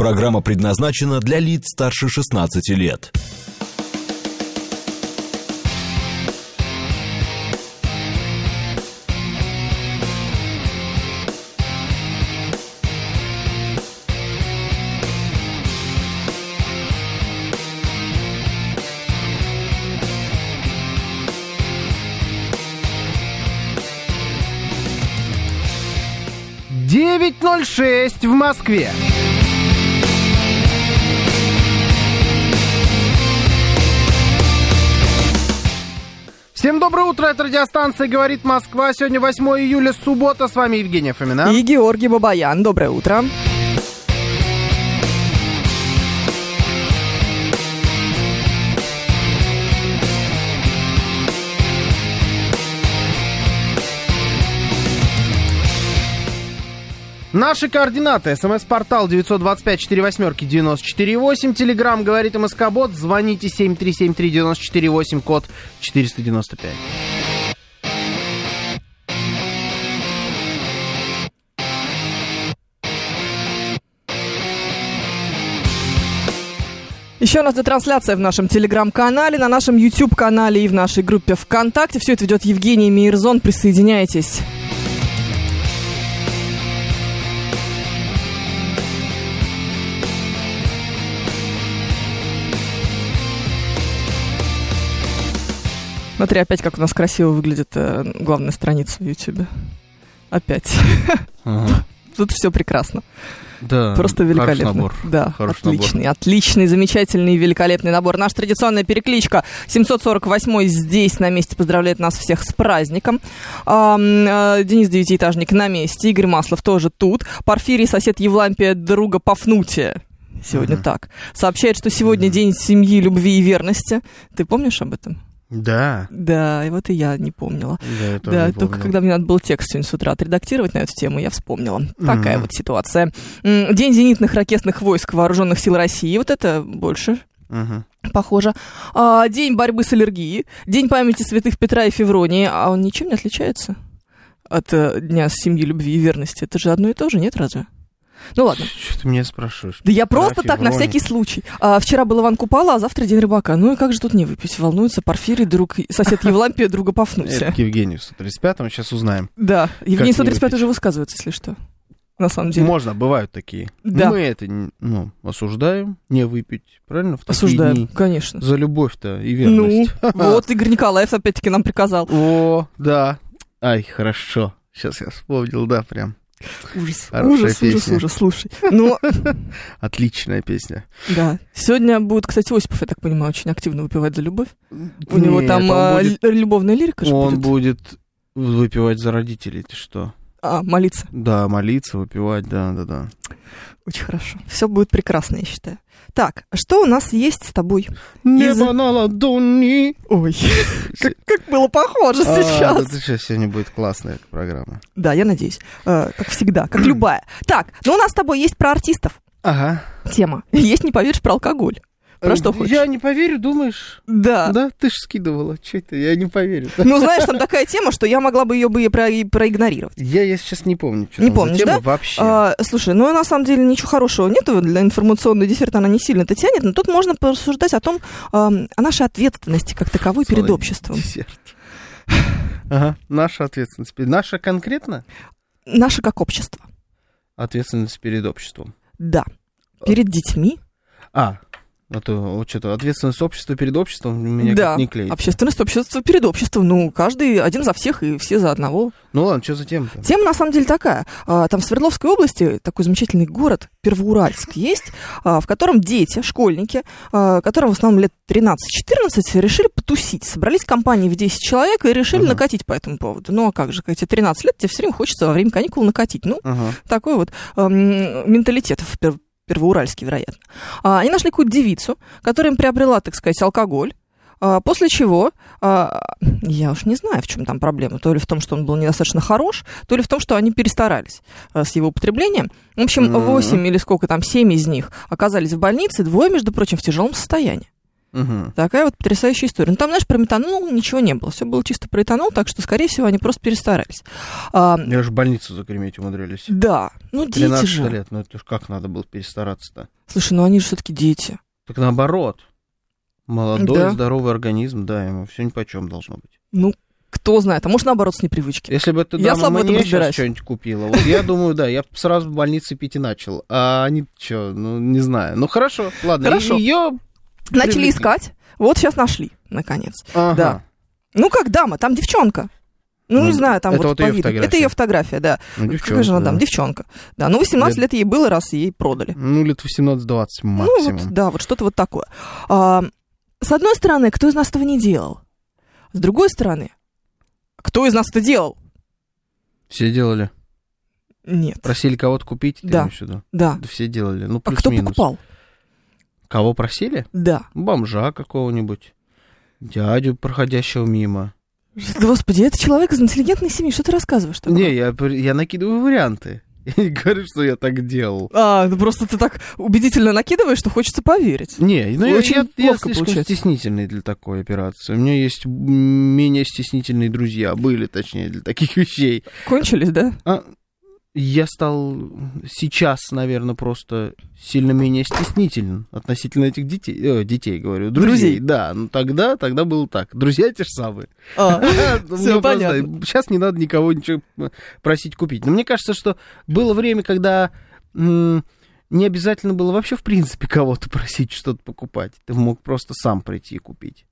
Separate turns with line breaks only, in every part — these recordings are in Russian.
Программа предназначена для лиц старше 16 лет.
Девять ноль шесть в Москве. Всем доброе утро, это радиостанция «Говорит Москва». Сегодня 8 июля, суббота. С вами Евгения
А?
Фомина.
И Георгий Бабаян. Доброе утро.
Наши координаты. СМС-портал 925-48-94-8. Телеграмм «Говорит МСК-бот». Звоните 7373948, код 495.
Еще у нас идет трансляция в нашем телеграм-канале, на нашем YouTube-канале и в нашей группе ВКонтакте. Все это ведет Евгений Мирзон. Присоединяйтесь. Смотри, опять как у нас красиво выглядит э, главная страница в Ютубе. Опять. Тут все прекрасно.
Да,
Просто великолепно.
Эм, Хороший набор.
Да,
Хороший набор.
отличный, отличный, замечательный и великолепный набор. Наша традиционная перекличка 748 здесь на месте поздравляет нас всех с праздником. Ам, э, Денис Девятиэтажник на месте, Игорь Маслов тоже тут. Порфирий, сосед Евлампия, друга Пафнутия. Сегодня так. Сообщает, что сегодня день семьи, любви и верности. Ты помнишь об этом?
Да.
Да, и вот и я не помнила.
Да, я тоже
Да,
не
только
помню.
когда мне надо было текст сегодня с утра отредактировать на эту тему, я вспомнила. Такая
Мгм.
вот ситуация. М, День зенитных ракетных войск Вооруженных сил России. Вот это больше
Мгм.
похоже. А, День борьбы с аллергией. День памяти святых Петра и Февронии. А он ничем не отличается от э, Дня семьи, любви и верности? Это же одно и то же, нет разве? Ну ладно.
Чё ты меня спрашиваешь?
Да я просто
Петра
так, на
Феврония.
всякий случай. А, вчера был Иван Купала, а завтра День рыбака. Ну и как же тут не выпить? Волнуется Порфирий, друг, сосед Евлампия, друга
Это
Пафнутия.
к Евгению 135-му, сейчас узнаем.
Да, Евгений
не
135
выпить?
уже высказывается, если что. На самом деле.
Можно, бывают такие.
Да.
Мы это не- ну, осуждаем, не выпить, правильно? В такие
Осуждаем,
дни.
конечно.
За любовь-то и
Ну,
верность.
вот Игорь Николаев опять-таки нам приказал.
О, да. Ай, хорошо. Сейчас я вспомнил, да, прям.
Ужас,
Хорошая
ужас, ужас,
песня.
ужас, слушай. Ну,
Отличная песня.
да. Сегодня будет, кстати, Осипов, я так понимаю, очень активно выпивать за любовь. У него
Нет,
там
он
а,
будет,
л- любовная лирика же
он
будет.
будет выпивать за родителей, ты что?
А, молиться.
Да, молиться, выпивать, да, да, да.
Очень хорошо. Все будет прекрасно, я считаю. Так, а что у нас есть с тобой?
Небо на ладони.
Ой, как, как было похоже
А,
сейчас.
да ты чё, сегодня будет классная эта программа.
Да, я надеюсь. Э, как всегда, как любая. Так, ну у нас с тобой есть про артистов.
Ага.
тема. Есть, не поверишь, про алкоголь. Про что хочешь?
Э,
А.
Я не поверю, думаешь?
Да.
Да, ты ж скидывала. Че это? Я не поверю.
Ну, знаешь, там такая тема, что я могла бы ее бы и про- и проигнорировать.
Я, я сейчас не помню, что
Не
там за
помнишь,
тема
да?
вообще.
А, слушай, ну на самом деле ничего хорошего нету для информационного десерта, она не сильно-то тянет, но тут можно порассуждать о том, ам, о нашей ответственности как таковой перед
Соловей.
обществом.
Десерт. Ага, наша ответственность. перед- Наша конкретно
Наше как общество.
ответственность перед обществом.
Да. Перед детьми.
А, а то вот что-то ответственность общества перед обществом меня
да.
как не клеит.
Общественность, общество перед обществом. Ну, каждый один за всех и все за одного.
Ну ладно, что за тема-то?
Тема на самом деле такая. А, Там в Свердловской области такой замечательный город Первоуральск есть, а, в котором дети, школьники, а, которым в основном лет 13-14, решили потусить. Собрались в компании в 10 человек и решили
Ага.
накатить по этому поводу. Ну а как же, когда тебе 13 лет, тебе все время хочется во время каникул накатить. Ну,
Ага.
такой вот эм, менталитет в Пер- Первоуральске, вероятно. А, Они нашли какую-то девицу, которая им приобрела, так сказать, алкоголь. а, После чего, а, я уж не знаю, в чем там проблема, то ли в том, что он был недостаточно хорош, то ли в том, что они перестарались а, с его употреблением. В общем,
Мгм.
8 или сколько там, 7 из них оказались в больнице, двое, между прочим, в тяжелом состоянии.
Мгм.
Такая вот потрясающая история. Ну, там, знаешь, про метанол ничего не было. Все было чисто про этанол, так что, скорее всего, они просто перестарались. А,
Я же в больницу загреметь умудрились.
да, ну дети
13
же.
лет, ну это ж как надо было перестараться-то?
Слушай, ну они же все-таки дети.
Так наоборот. Молодой,
Да.
здоровый организм, да, ему все по чем должно быть.
Ну, кто знает, а может, наоборот, с непривычки.
Если бы ты
Я
дама
слабо в этом
мне сейчас
разбираюсь.
что-нибудь купила, вот я думаю, да, я б сразу в больнице пить и начал. А они что, ну не знаю. Ну хорошо, ладно.
Хорошо.
Ее...
Начали
привлекли.
искать, вот сейчас нашли, наконец. Да. Ну, как дама, там девчонка. Ну, не
Ну,
знаю, там
это
вот
вот
по
её
виду. Это
фотография.
ее фотография, да.
Ну,
Какая же она там,
да.
девчонка. Да, ну 18 лет ей было, раз ей продали.
Ну, лет 18-20
Ну, вот,
максимум.
да, вот что-то вот такое. А, с одной стороны, кто из нас этого не делал? С другой стороны, кто из нас это делал?
Все делали.
Нет,
Просили кого-то купить, ты
Да.
имеешь в виду?
да.
Да все делали. Ну,
А
плюс
кто покупал?
Кого просили?
Да.
Бомжа какого-нибудь. Дядю, проходящего мимо.
Господи, это человек из интеллигентной семьи, что ты рассказываешь? такое?
Не, я, при- я накидываю варианты. Я не говорю, что я так делал.
А, ну просто ты так убедительно накидываешь, что хочется поверить.
Не, ну я-
Очень
я, я
ловко
слишком
получается.
стеснительный для такой операции. У меня есть м, менее стеснительные друзья. Были, точнее, для таких вещей.
Кончились, да?
А я стал сейчас, наверное, просто сильно менее стеснителен относительно этих детей. э, детей, говорю. Друзей,
Друзей.
да. Ну тогда, тогда было так. Друзья те же самые.
А,
Все
понятно.
Сейчас Ну, не надо никого ничего просить купить. Но мне кажется, что было время, когда м, не обязательно было вообще в принципе кого-то просить что-то покупать. Ты мог просто сам прийти и купить.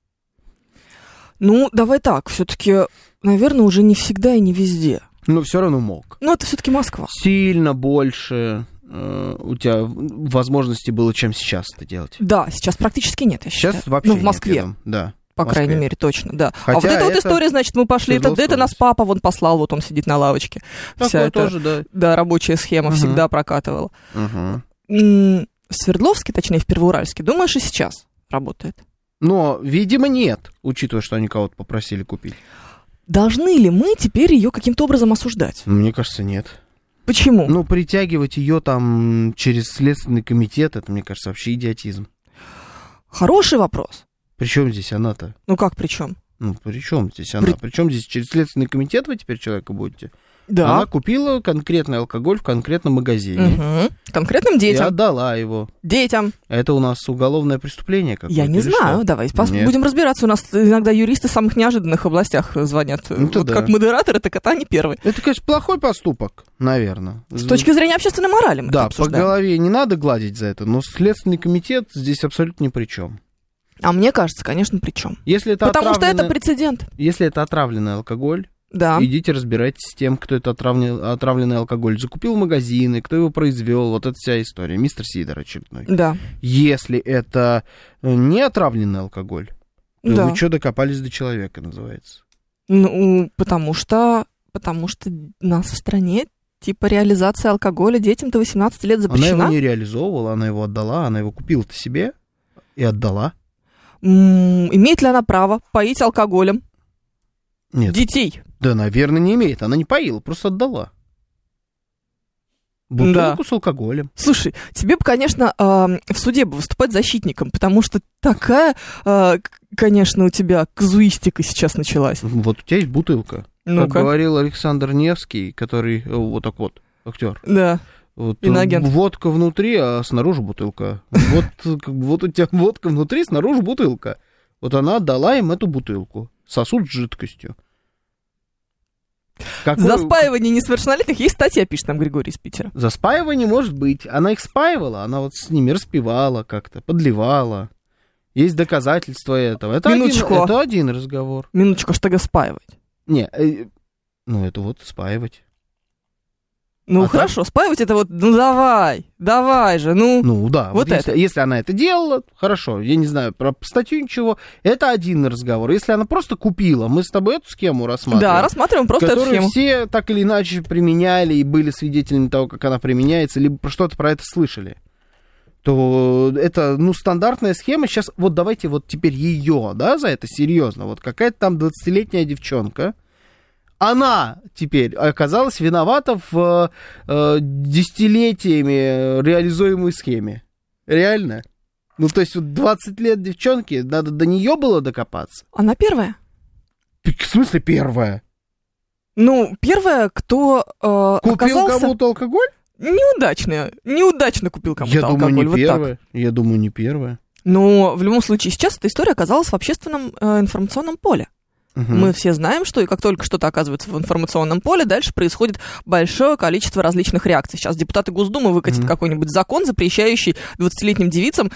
Ну, давай так, все-таки, наверное, уже не всегда и не везде.
Но все равно мог.
Но это все-таки Москва.
Сильно больше э, у тебя возможностей было, чем сейчас это делать.
Да, сейчас практически нет, я
Сейчас
считаю.
вообще
Ну, в
нет,
Москве,
я думаю. да.
по
в Москве.
крайней мере, точно, да.
Хотя
а вот эта вот
это-
история, значит, мы пошли, это, да это нас
Свердловская
папа вон послал, вот он сидит на лавочке. Вся
Такое
эта,
тоже, да.
да, рабочая схема
Мгм.
всегда прокатывала.
Мгм.
М, В Свердловске, точнее, в Первоуральске, думаешь, и сейчас работает?
Но, видимо, нет, учитывая, что они кого-то попросили купить.
Должны ли мы теперь ее каким-то образом осуждать?
Мне кажется, нет.
Почему?
Ну, притягивать ее там через Следственный комитет, это, мне кажется, вообще идиотизм.
Хороший вопрос.
Причем здесь она-то?
Ну как причем?
Ну, при чем здесь она? Причем здесь через Следственный комитет вы теперь человека будете? Она
Да.
купила конкретный алкоголь в конкретном магазине.
Мгм. Конкретным
И
детям.
отдала его.
Детям.
Это у нас уголовное преступление какое-то?
Я не
или что?
знаю, давай пос-
Нет.
будем разбираться. У нас иногда юристы в самых неожиданных областях звонят.
Ну, это
вот
да.
как модераторы, так это они первые.
Это, конечно, плохой поступок, наверное.
С точки зрения общественной морали мы это
Да, по
обсуждаем.
голове не надо гладить за это, но Следственный комитет здесь абсолютно ни при чем.
А мне кажется, конечно, при чем?
Если это,
Потому что это
отравленное-
прецедент.
Если это отравленный алкоголь,
Да.
Идите разбирайтесь с тем, кто этот отравленный, отравленный алкоголь закупил в магазины, кто его произвел, вот эта вся история. Мистер Сидор очередной.
Да.
Если это э, не отравленный алкоголь, то
да.
Ну, вы что докопались до человека, называется.
Ну, потому что, потому что у нас в стране типа реализация алкоголя детям до 18 лет
Она
запрещена.
его не реализовывала, она его отдала, она его купила-то себе и отдала.
М, имеет ли она право поить алкоголем
Нет,
детей?
да, наверное, не имеет. Она не поила, просто отдала. Бутылку с алкоголем.
Слушай, тебе бы, конечно, а, в суде бы выступать защитником, потому что такая, а, к- конечно, у тебя казуистика сейчас началась.
Вот у тебя есть бутылка. Как
Ну-ка.
говорил Александр Невский, который э, вот так вот, актер.
Да.
Вот,
Иноагент.
э, Водка внутри, а снаружи бутылка. Вот, э, как бы вот у тебя водка внутри, снаружи бутылка. Вот она отдала им эту бутылку. Сосуд с жидкостью. Какой-
За спаивание несовершеннолетних есть статья, пишет нам Григорий из Питера.
За спаивание может быть. Она их спаивала, она вот с ними распевала как-то, подливала. Есть доказательства этого. Это, один,
Минуточку.
это один разговор.
Минуточку, что такое спаивать?
Не, э, ну это вот спаивать.
Ну
А так?
хорошо, спаивать это вот, ну давай, давай же, ну.
Ну да,
Вот
вот, если, если она это делала, хорошо, я не знаю про статью ничего, это один разговор. Если она просто купила, мы с тобой эту схему рассматриваем.
да, рассматриваем просто эту
которую
схему.
все так или иначе применяли и были свидетелями того, как она применяется, либо про что-то про это слышали. То это, ну, стандартная схема. Сейчас вот давайте вот теперь ее, да, за это серьезно. Вот какая-то там 20-летняя девчонка, она теперь оказалась виновата в э, десятилетиями реализуемой схеме. Реально? Ну, то есть, вот 20 лет девчонки, надо до нее было докопаться.
Она первая.
П- В смысле, первая?
Ну, первая, кто э,
Купил
оказался
кому-то алкоголь?
неудачная, неудачно купил кому-то
Я
алкоголь.
думаю, не
вот так.
первая. Я думаю, не первая.
Но Ну, в любом случае сейчас эта история оказалась в общественном э, информационном поле.
Мгм.
Мы все знаем, что и как только что-то оказывается в информационном поле, дальше происходит большое количество различных реакций. Сейчас депутаты Госдумы выкатят
Мгм.
какой-нибудь закон, запрещающий 20-летним девицам э,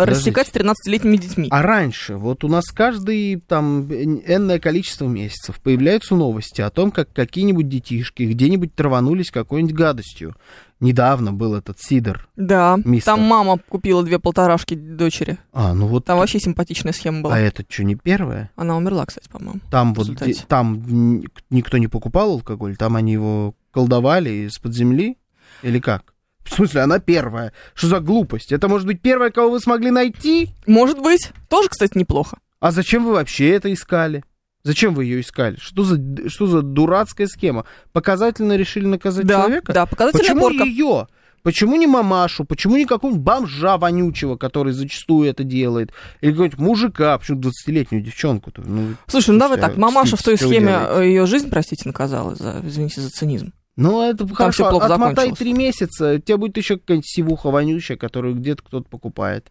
Нет,
рассекать с 13-летними детьми.
А раньше, вот у нас каждый там энное количество месяцев появляются новости о том, как какие-нибудь детишки где-нибудь траванулись какой-нибудь гадостью. Недавно был этот Сидор.
да,
мистер.
там мама купила две полторашки дочери.
А, ну вот.
Там вообще симпатичная схема была.
А это что, не первое?
Она умерла, кстати, по-моему.
Там
В
вот
результате.
де- там ник- никто не покупал алкоголь, там они его колдовали из-под земли? Или как? В смысле, она первая. Что за глупость? Это может быть первая, кого вы смогли найти?
Может быть, тоже, кстати, неплохо.
А зачем вы вообще это искали? Зачем вы ее искали? Что за, что за дурацкая схема? Показательно решили наказать
да,
человека?
да, показательная
Почему
порка.
ее? Почему не мамашу? Почему не какого-нибудь бомжа вонючего, который зачастую это делает? Или какого-нибудь мужика, почему 20-летнюю девчонку-то? Ну,
Слушай, ну давай
Слушайте,
так,
а
мамаша в той
что вы
схеме
делаете?
э, ее жизнь, простите, наказала за, извините, за цинизм.
ну, это
всё
хорошо,
плохо
отмотай
закончилось.
три месяца, у тебя будет еще какая-нибудь сивуха вонючая, которую где-то кто-то покупает.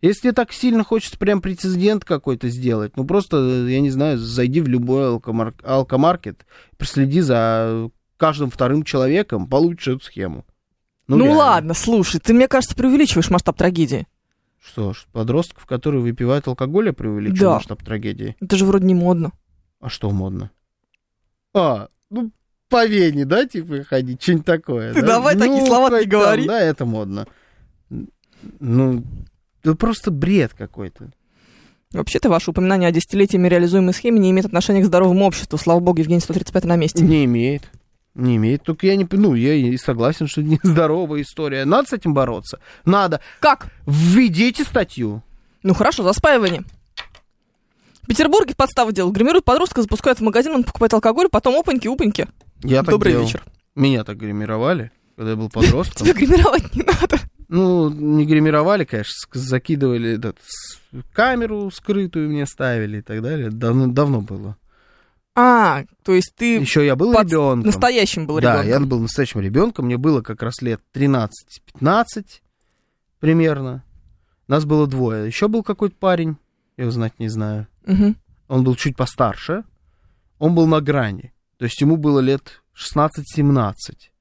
Если тебе так сильно хочется прям прецедент какой-то сделать, ну просто, я не знаю, зайди в любой алкомар- алкомаркет, проследи за каждым вторым человеком, получишь эту схему.
Ну,
реально.
ладно, слушай, ты, мне кажется, преувеличиваешь масштаб трагедии.
Что ж, подростков, которые выпивают алкоголь, я преувеличу
Да.
масштаб трагедии.
Это же вроде не модно.
А что модно? А, ну, по Вене, да, типа, ходить, что-нибудь такое.
Ты
да?
давай такие
Ну,
слова-то не
хоть там,
говори.
да, это модно. Ну, да просто бред какой-то.
Вообще-то ваше упоминание о десятилетиями реализуемой схеме не имеет отношения к здоровому обществу. Слава богу, Евгений 135 на месте.
Не имеет. Не имеет. Только я не... пон- Ну, я и согласен, что это нездоровая история. Надо с этим бороться? Надо.
Как?
Введите статью.
Ну хорошо, заспаивание. В Петербурге подставу делал. Гримируют подростка, запускают в магазин, он покупает алкоголь, потом опаньки-упаньки.
Я так
Добрый
делал.
вечер.
Меня так гримировали, когда я был подростком.
Тебя гримировать не надо.
Ну, не гримировали, конечно, ск- закидывали этот, с- камеру скрытую мне ставили и так далее. Давно, давно было.
А, то есть ты
Еще я был
под-
ребенком.
настоящим был
да,
ребенком.
я был настоящим ребенком. Мне было как раз лет 13-15 примерно. Нас было двое. Еще был какой-то парень, я его знать не знаю.
Мгм.
Он был чуть постарше. Он был на грани. То есть ему было лет 16-17.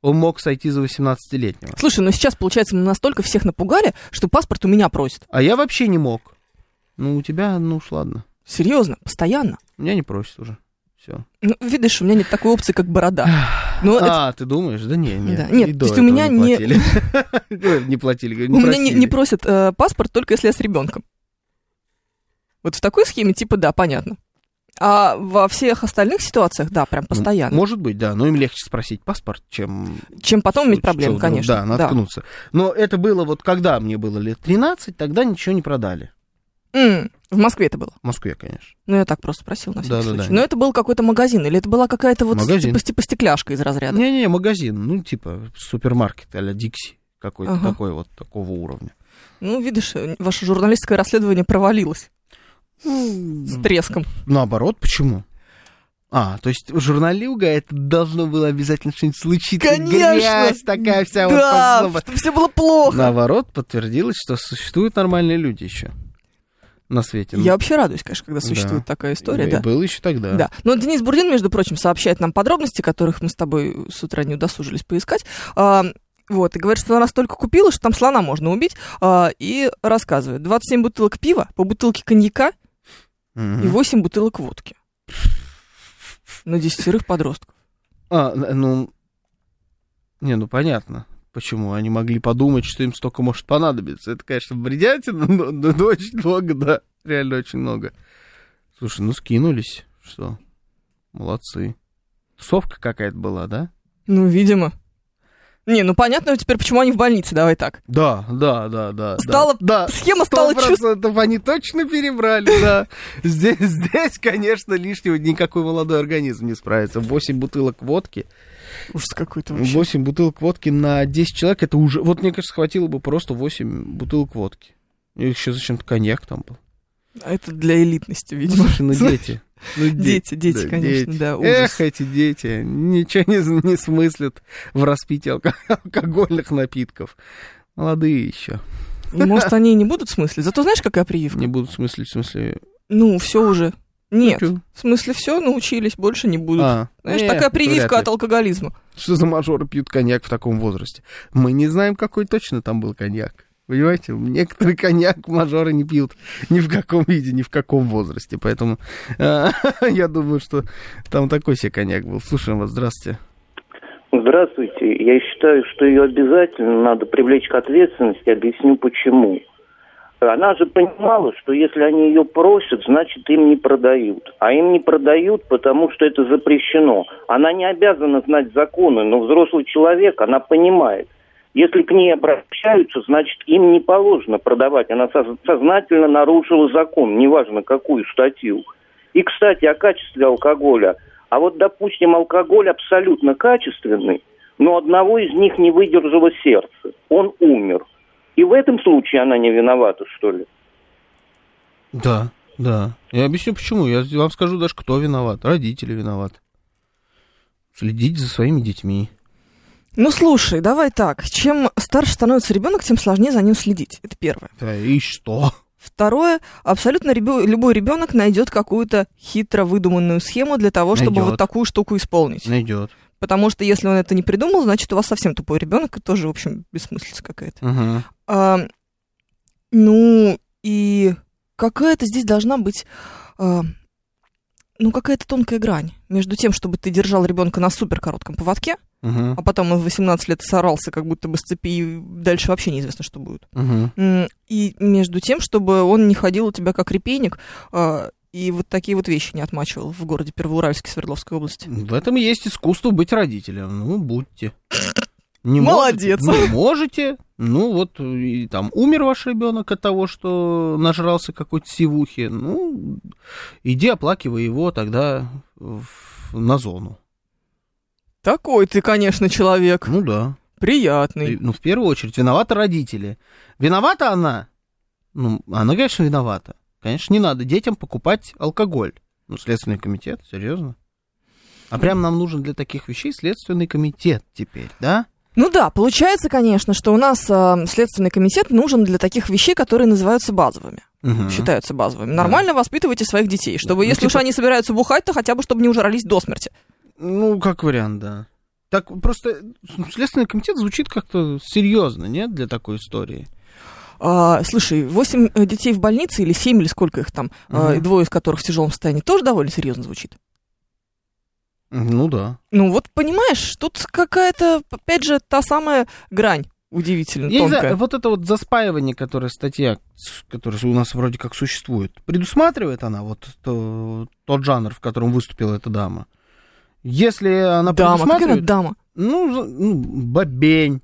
Он мог сойти за 18-летнего.
Слушай, ну сейчас, получается, мы настолько всех напугали, что паспорт у меня просят.
А я вообще не мог. Ну, у тебя, ну уж ладно.
Серьезно, постоянно.
Меня не просят уже. Все.
Ну, видишь, у меня нет такой опции, как борода. Ну, это-
А, ты думаешь? Да не, не.
Да. Нет,
И
то
до
есть у
этого
меня не-
платили. Ой, Не платили, говорю,
у меня не, не
просили.
просят э, паспорт, только если я с ребенком. Вот в такой схеме, типа, да, понятно. А во всех остальных ситуациях, да, прям
Ну,
постоянно.
Может быть, да, но им легче спросить паспорт, чем...
Чем потом иметь
чем-
проблемы,
чем,
конечно.
Да, наткнуться. Но это было вот когда мне было лет 13, тогда ничего не продали.
М, в Москве это было.
В Москве, конечно.
Ну, я так просто спросил на всякий
Да-да-да.
случай. Но ну, это был какой-то магазин, или это была какая-то вот
Магазин.
типа, типа стекляшка из разряда.
Не-не, магазин, ну типа супермаркет а-ля Дикси. Какой-то
Ага.
такой вот, такого уровня.
Ну, видишь, э, ваше журналистское расследование провалилось
Ну,
с треском.
Наоборот, почему? А, то есть журналюга, это должно было обязательно что-нибудь случиться.
Конечно!
Грязь такая вся вот
да,
пошла.
чтобы все было плохо.
Наоборот, подтвердилось, что существуют нормальные люди еще на свете.
Я вообще радуюсь, конечно, когда
Да.
существует такая история,
И
да.
Был еще тогда.
Да. Но Денис Бурдин, между прочим, сообщает нам подробности, которых мы с тобой с утра не удосужились поискать. А, вот, и говорит, что она настолько купила, что там слона можно убить. А, и рассказывает. 27 бутылок пива, по бутылке коньяка
Мгм.
и 8 бутылок водки. На десятерых подростков.
А, н- ну... Не, ну понятно. Почему? Они могли подумать, что им столько может понадобиться. Это, конечно, бредятина, но, но- но очень много, да. Реально очень много. Слушай, ну скинулись. Что? Молодцы. Тусовка какая-то была, да?
Ну, видимо. Не, ну понятно теперь, почему они в больнице, давай так.
Да, да, да, да. да.
Стало-
да.
Схема
Сто
стала чувствовать.
процентов они точно перебрали, да. Здесь, здесь, конечно, лишнего никакой молодой организм не справится. Восемь бутылок водки
Ужас какой-то вообще.
8 бутылок водки на 10 человек, это уже... Вот, мне кажется, хватило бы просто 8 бутылок водки. И еще зачем-то коньяк там был.
А Это для элитности, видимо.
Слушай, ну дети. Ну, де-
Дети, дети,
да,
конечно,
дети.
да,
Эх,
ужас.
эти дети, ничего не, з- не смыслят в распитии алко- алкогольных напитков. Молодые еще.
Может, они и не будут в смысле. Зато знаешь, какая прививка?
Не будут смыслить, в смысле...
Ну, все уже. Нет.
чё?
В смысле, все, научились, больше не будут.
А,
Знаешь,
э,
такая
вряд
прививка
ли.
от алкоголизма.
Что за мажоры пьют коньяк в таком возрасте? Мы не знаем, какой точно там был коньяк. Понимаете, некоторые коньяк мажоры не пьют ни в каком виде, ни в каком возрасте. Поэтому э, я думаю, что там такой себе коньяк был. Слушаем вас, здравствуйте.
Здравствуйте. Я считаю, что ее обязательно надо привлечь к ответственности. Объясню почему. Она же понимала, что если они ее просят, значит им не продают. А им не продают, потому что это запрещено. Она не обязана знать законы, но взрослый человек, она понимает. Если к ней обращаются, значит им не положено продавать. Она соз- сознательно нарушила закон, неважно какую статью. И, кстати, о качестве алкоголя. А вот, допустим, алкоголь абсолютно качественный, но одного из них не выдержало сердце. Он умер. И в этом случае она не виновата, что ли?
Да, да. Я объясню почему. Я вам скажу даже, кто виноват. Родители виноваты. Следите за своими детьми.
Ну, слушай, давай так. Чем старше становится ребенок, тем сложнее за ним следить. Это первое.
Да и что?
Второе, абсолютно ребё- любой ребенок найдет какую-то хитро выдуманную схему для того, чтобы
Найдёт.
вот такую штуку исполнить.
Найдет.
Потому что если он это не придумал, значит, у вас совсем тупой ребенок, и тоже, в общем, бессмыслица какая-то. А, ну, и какая-то здесь должна быть, а, ну, какая-то тонкая грань между тем, чтобы ты держал ребенка на супер коротком поводке, а потом он в 18 лет сорался, как будто бы с цепи, и дальше вообще неизвестно, что будет. М, И между тем, чтобы он не ходил у тебя как репейник, а, и вот такие вот вещи не отмачивал в городе Первоуральске Свердловской области.
В этом и есть искусство быть родителем. Ну, будьте. Не
Молодец.
Можете, не можете. Ну, вот и там умер ваш ребенок от того, что нажрался какой-то сивухи. Ну, иди оплакивай его тогда в- на зону.
Такой ты, конечно, человек.
Ну да. И,
Приятный.
Ну, в первую очередь, виноваты родители. Виновата она? Ну, она, конечно, виновата. Конечно, не надо детям покупать алкоголь. Ну, Следственный комитет, серьезно. А прям нам нужен для таких вещей Следственный комитет теперь, да?
Ну да, получается, конечно, что у нас а, Следственный комитет нужен для таких вещей, которые называются базовыми,
Мгм.
считаются базовыми. Нормально воспитывайте своих детей, чтобы,
Ну,
если уж
типа-
они собираются бухать, то хотя бы, чтобы не ужрались до смерти.
Ну, как вариант, да. Так просто ну, Следственный комитет звучит как-то серьезно, нет, для такой истории?
А, слушай, 8 детей в больнице или 7, или сколько их там, а,
Мгм.
и двое из которых в тяжелом состоянии, тоже довольно серьезно звучит.
Ну да.
Ну вот понимаешь, тут какая-то, опять же, та самая грань удивительно
Я не
тонкая.
знаю, вот это вот заспаивание, которое статья, с- которая у нас вроде как существует, предусматривает она вот то- тот жанр, в котором выступила эта дама? Если она
дама, какая она
предусматривает...
дама?
Ну, за- ну, бабень.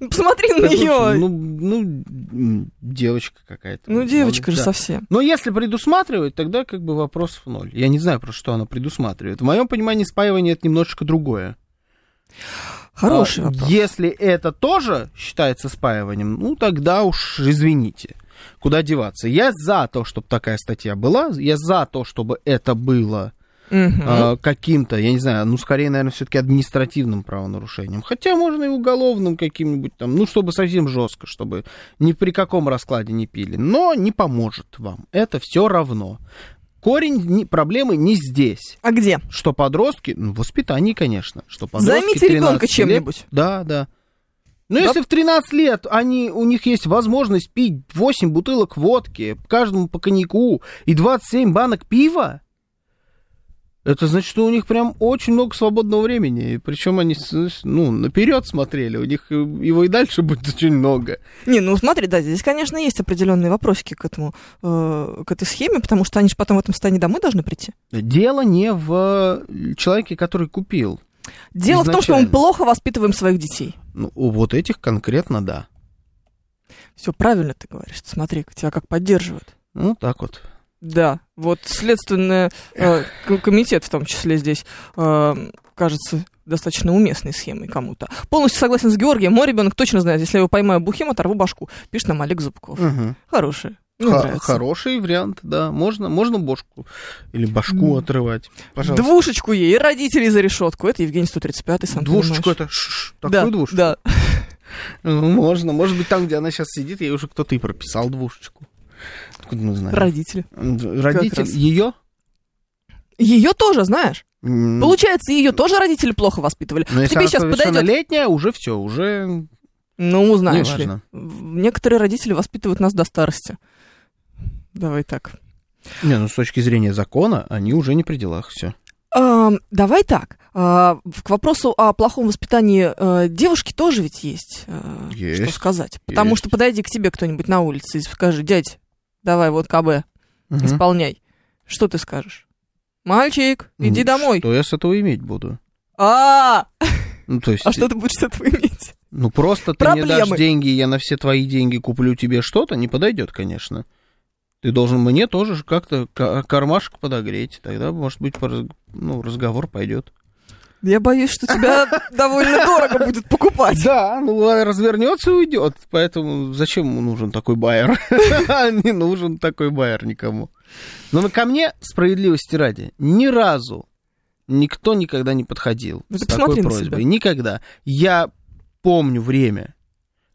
Ну, Посмотри на
Да, слушай,
нее.
Ну, ну, м, девочка какая-то.
Ну, девочка же
Да.
совсем.
Но если предусматривать, тогда как бы вопросов ноль. Я не знаю, про что она предусматривает. В моем понимании спаивание это немножечко другое.
Хороший
А,
вопрос.
Если это тоже считается спаиванием, ну тогда уж извините. Куда деваться? Я за то, чтобы такая статья была. Я за то, чтобы это было
Мгм.
а, каким-то, я не знаю, ну скорее, наверное, все-таки административным правонарушением. Хотя можно и уголовным каким-нибудь там, ну чтобы совсем жестко, чтобы ни при каком раскладе не пили. Но не поможет вам. Это все равно. Корень не- проблемы не здесь
А где?
что подростки, ну, воспитание, конечно, что подростки...
Займите ребенка
13 лет-
чем-нибудь.
да, да. Ну,
Да.
если в 13 лет они, у них есть возможность пить 8 бутылок водки, каждому по коньяку, и 27 банок пива, это значит, что у них прям очень много свободного времени. Причем они, знаешь, ну, наперед смотрели, у них э, его и дальше будет очень много.
Не, ну смотри, да, здесь, конечно, есть определенные вопросики к этому, э, к этой схеме, потому что они же потом в этом состоянии домой должны прийти.
Дело не в э, человеке, который купил.
Дело в том, что мы
Изначально.
плохо воспитываем своих детей.
Ну, у вот этих конкретно да.
Все правильно ты говоришь. Смотри, тебя как поддерживают.
Ну, так вот.
Да, вот следственный э, к- комитет в том числе здесь, э, кажется, достаточно уместной схемой кому-то. Полностью согласен с Георгием, мой ребенок точно знает, если я его поймаю бухим, оторву башку. Пишет нам Олег Зубков.
Мгм.
Хороший. Мне
Х-
нравится.
хороший вариант, да. Можно, можно бошку или башку отрывать. Пожалуйста.
Двушечку ей, и родителей за решетку. Это Евгений 135, сам
Двушечку
понимаешь.
это шш, такую
да,
двушечку.
Да.
Ну, Можно. Может быть, там, где она сейчас сидит, ей уже кто-то и прописал двушечку. Откуда мы знаем?
Родители.
М,
Как
Родитель
раз.
ее?
Ее тоже, знаешь.
М,
Получается, ее тоже родители плохо воспитывали.
Но
К
если
тебе
она
сейчас подойдет.
совершеннолетняя, уже все, уже...
Ну, знаешь ли.
Неважно.
В- Некоторые родители воспитывают нас до старости. Давай так.
Не, ну с точки зрения закона, они уже не при делах, все.
Ам, Давай так. А, в- К вопросу о плохом воспитании э, девушки тоже ведь есть, э,
Есть,
что сказать. Потому
есть.
что подойди к тебе кто-нибудь на улице и скажи, дядь, давай вот КБ, исполняй. Что ты скажешь? Мальчик, иди домой.
Что я с этого иметь буду?
А,
Ну, то есть,
а что ты будешь с этого иметь?
ну просто ты мне
Проблемы.
дашь деньги, я на все твои деньги куплю тебе что-то, не подойдет, конечно. Ты должен мне тоже ж как-то ка- кармашек подогреть, тогда, может быть, пораз- ну, разговор пойдет.
Я боюсь, что тебя довольно дорого будет покупать.
Да, ну а развернется и уйдет. Поэтому зачем ему нужен такой байер? Не нужен такой байер никому. Но на- ко мне, справедливости ради, ни разу никто никогда не подходил
Ну, ты
с такой
посмотри на
просьбой.
себя.
Никогда. Я помню время,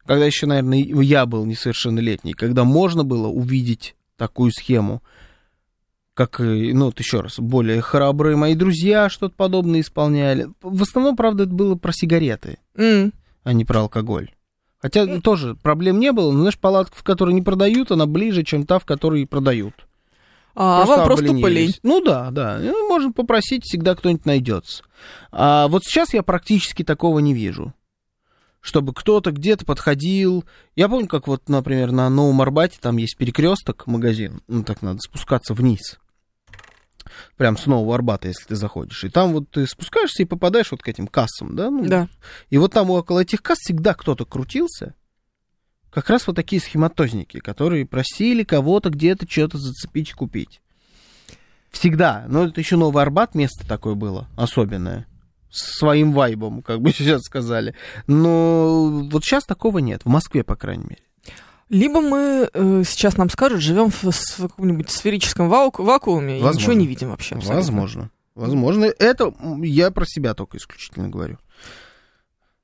когда еще, наверное, и я был несовершеннолетний, когда можно было увидеть такую схему как, и, ну, вот еще раз, более храбрые мои друзья что-то подобное исполняли. В основном, правда, это было про сигареты
М.
а не про алкоголь. Хотя
Э.
ну, тоже проблем не было, но, знаешь, палатка, в которой не продают, она ближе, чем та, в которой продают.
А
Просто
вам просто
обленились.
полей.
Ну да, да. Ну, можно попросить, всегда кто-нибудь найдется. А вот сейчас я практически такого не вижу. Чтобы кто-то где-то подходил. Я помню, как вот, например, на Новом Арбате там есть перекресток, магазин. Ну, так надо спускаться вниз. Прям с Нового Арбата, если ты заходишь. И там вот ты спускаешься и попадаешь вот к этим кассам, да? Ну,
Да.
и вот там около этих касс всегда кто-то крутился. Как раз вот такие схематозники, которые просили кого-то где-то что-то зацепить и купить. Всегда. Но это еще Новый Арбат место такое было, особенное. С своим вайбом, как бы сейчас сказали. Но вот сейчас такого нет. В Москве, по крайней мере.
Либо мы, э, сейчас нам скажут, живем в, с- в каком-нибудь сферическом ваку- вакууме и
Возможно.
ничего не видим вообще. абсолютно.
Возможно. Возможно. Это м, я про себя только исключительно говорю.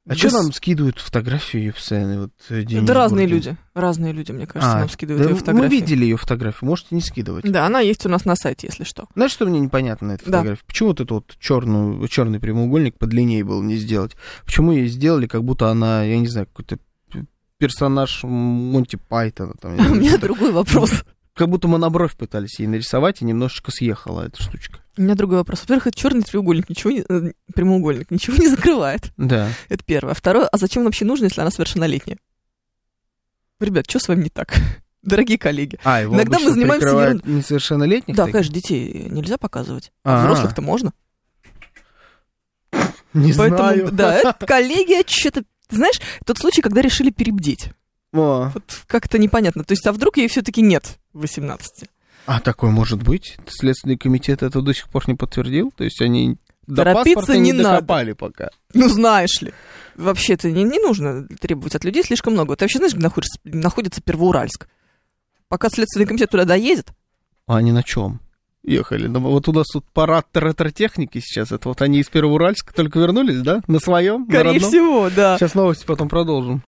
А что
Да с-
нам скидывают фотографии постоянно? Вот, э, Денис
Да разные
Буркин?
люди. Разные люди, мне кажется,
А,
нам скидывают
да
ее фотографии.
Мы видели ее фотографию, можете не скидывать.
Да, она есть у нас на сайте, если что.
Знаешь, что мне непонятно на этой
Да.
фотографии? Почему вот этот вот черный, черный прямоугольник подлиннее было не сделать? Почему ее сделали, как будто она, я не знаю, какой-то п- персонаж Монти Пайтона? Там, я
У
не знаю,
меня
что-то.
другой вопрос.
Как будто монобровь пытались ей нарисовать, и немножечко съехала эта штучка.
У меня другой вопрос. Во-первых, это черный треугольник, ничего не, э, прямоугольник, ничего не закрывает.
Да.
Это первое. А Второе, а зачем он вообще нужен, если она совершеннолетняя? Ребят, что с вами не так? Дорогие коллеги.
А, его
Иногда мы
обычно
занимаемся
прикрывают
ерундой.
несовершеннолетних?
Да,
таких?
конечно, детей нельзя показывать.
А,
А Взрослых-то можно.
Не
Поэтому,
знаю.
да, это коллегия что-то... Знаешь, тот случай, когда решили перебдеть.
О.
Вот как-то непонятно. То есть, а вдруг ей все-таки нет 18?
А такое может быть? Следственный комитет это до сих пор не подтвердил? То есть они до
Торопиться
паспорта не,
не надо.
докопали пока.
Ну, знаешь ли. Вообще-то не, не нужно требовать от людей слишком много. Ты вообще знаешь, где находится, находится Первоуральск? Пока Следственный комитет туда доедет,
А они на чем? Ехали. Ну, вот у нас тут парад ретро-техники сейчас. Это вот они из Первоуральска только вернулись, да? На своем? на
скорее
родном?
всего, да.
Сейчас новости потом продолжим.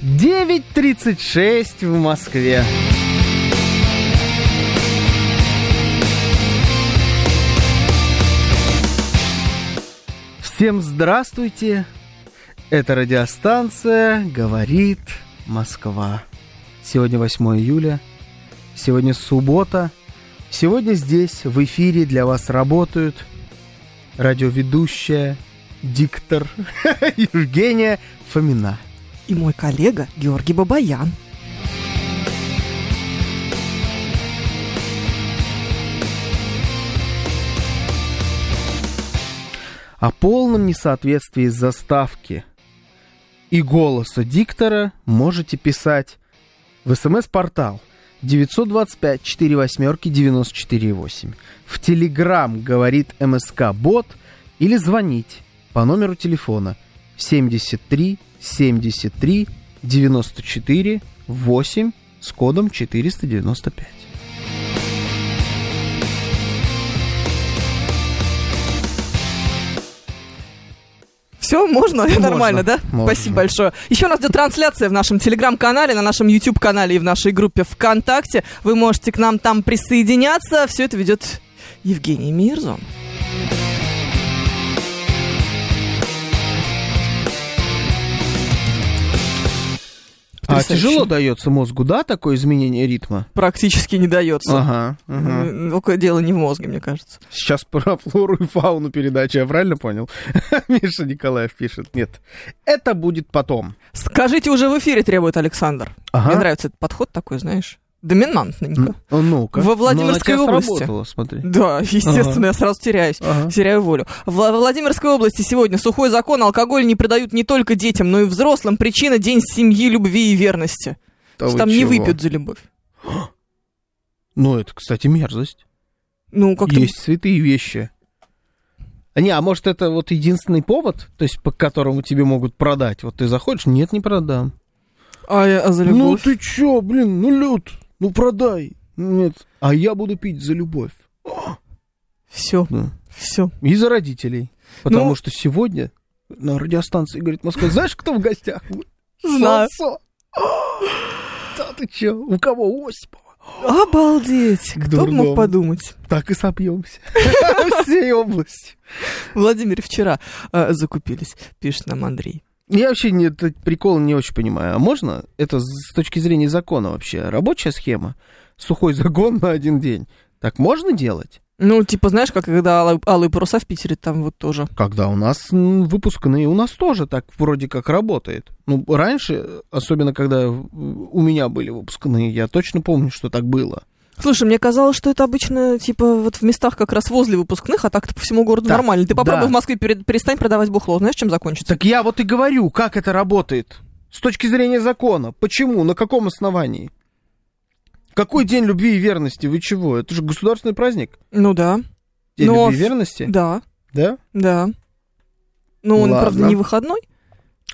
Девять тридцать шесть в Москве. Всем здравствуйте! Это радиостанция «Говорит Москва». Сегодня 8 июля, сегодня суббота. Сегодня здесь, в эфире, для вас работают радиоведущая, диктор Евгения Фомина.
И мой коллега Георгий Бабаян.
О полном несоответствии заставки и голоса диктора можете писать в смс-портал 925 4 восьмерки 948. В Телеграм говорит МСК Бот или звонить по номеру телефона 73 73 94 8 с кодом 495.
Все, можно? Нормально, да?
можно.
Спасибо большое. Еще у нас идет трансляция в нашем телеграм-канале, на нашем YouTube-канале и в нашей группе ВКонтакте. Вы можете к нам там присоединяться. Все это ведет Евгений Мирзон.
А
Потрясающе.
тяжело дается мозгу, да, такое изменение ритма?
Практически не дается.
Ага, ага.
М, Только дело не в мозге, мне кажется.
Сейчас про флору и фауну передача, я правильно понял? Миша Николаев пишет, нет, это будет потом.
Скажите уже в эфире, требует Александр.
Ага.
Мне нравится этот подход такой, знаешь, доминантненько.
Ну, ну-ка.
Во
Ну, она
Владимирской
тебя
области.
сработала, смотри.
Да, естественно, я сразу теряюсь.
Ага.
Теряю волю. В Во Владимирской области сегодня сухой закон. Алкоголь не продают не только детям, но и взрослым. Причина – день семьи, любви и верности.
Да
То
А
есть
вы
там не
чего?
выпьют за любовь.
Ну, это, кстати, мерзость.
Ну, как-то...
Есть святые вещи. А Не, а может, это вот единственный повод, то есть, по которому тебе могут продать? Вот ты заходишь, нет, не продам.
А, я- а за
Ну
любовь?
ты чё, блин, ну лед, ну продай. Нет, а я буду пить за любовь.
Все,
Да.
все.
И за родителей. Потому
Ну.
что сегодня на радиостанции, говорит, Москва, знаешь, кто в гостях? будет?
Знаю.
Сосо. Да ты чё, у кого Осипова?
Обалдеть! Кто бы мог
Дурдом.
подумать?
Так и сопьемся. Всей области.
Владимир вчера э, закупились, пишет нам Андрей.
Я вообще не, этот прикол не очень понимаю. А можно? Это с точки зрения закона вообще. Рабочая схема? Сухой загон на один день. Так можно делать?
Ну, типа, знаешь, как когда алые, алые паруса в Питере, там вот тоже.
Когда у нас м, выпускные, у нас тоже так вроде как работает. Ну, раньше, особенно когда э, у меня были выпускные, я точно помню, что так было.
Слушай, мне казалось, что это обычно, типа, вот в местах как раз возле выпускных, а так-то по всему городу
Так,
нормально. Ты попробуй
да.
в Москве перед- перестань продавать бухло, знаешь, чем закончится?
Так я вот и говорю, как это работает. С точки зрения закона. Почему? На каком основании? Какой день любви и верности? Вы чего? Это же государственный праздник.
Ну да,
День
Но
любви и
в-
верности.
Ну, да,
Да?
да. Ну, он,
Ладно.
правда, не выходной,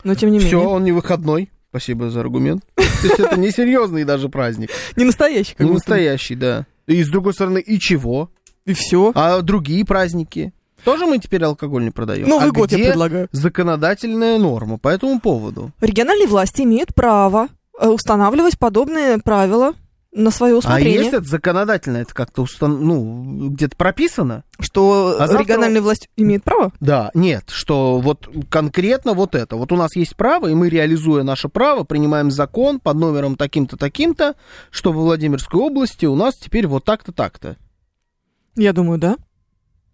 но тем не
Все,
менее.
он не выходной. Спасибо за аргумент. То есть это несерьезный даже праздник.
Не настоящий, как
Не
будто бы.
настоящий, да. И с другой стороны, и чего?
И все.
А другие праздники? Тоже мы теперь алкоголь не продаем?
Новый
а
Ну, год я
где
предлагаю.
законодательная норма по этому поводу?
Региональные власти имеют право э, устанавливать подобные правила на свое
А
усмотрение.
есть это законодательно, это как-то устан... ну, где-то прописано?
Что
А завтра-
региональная власть имеет право?
Да, нет, что вот конкретно вот это. Вот у нас есть право, и мы, реализуя наше право, принимаем закон под номером таким-то, таким-то, что во Владимирской области у нас теперь вот так-то, так-то.
Я думаю, да.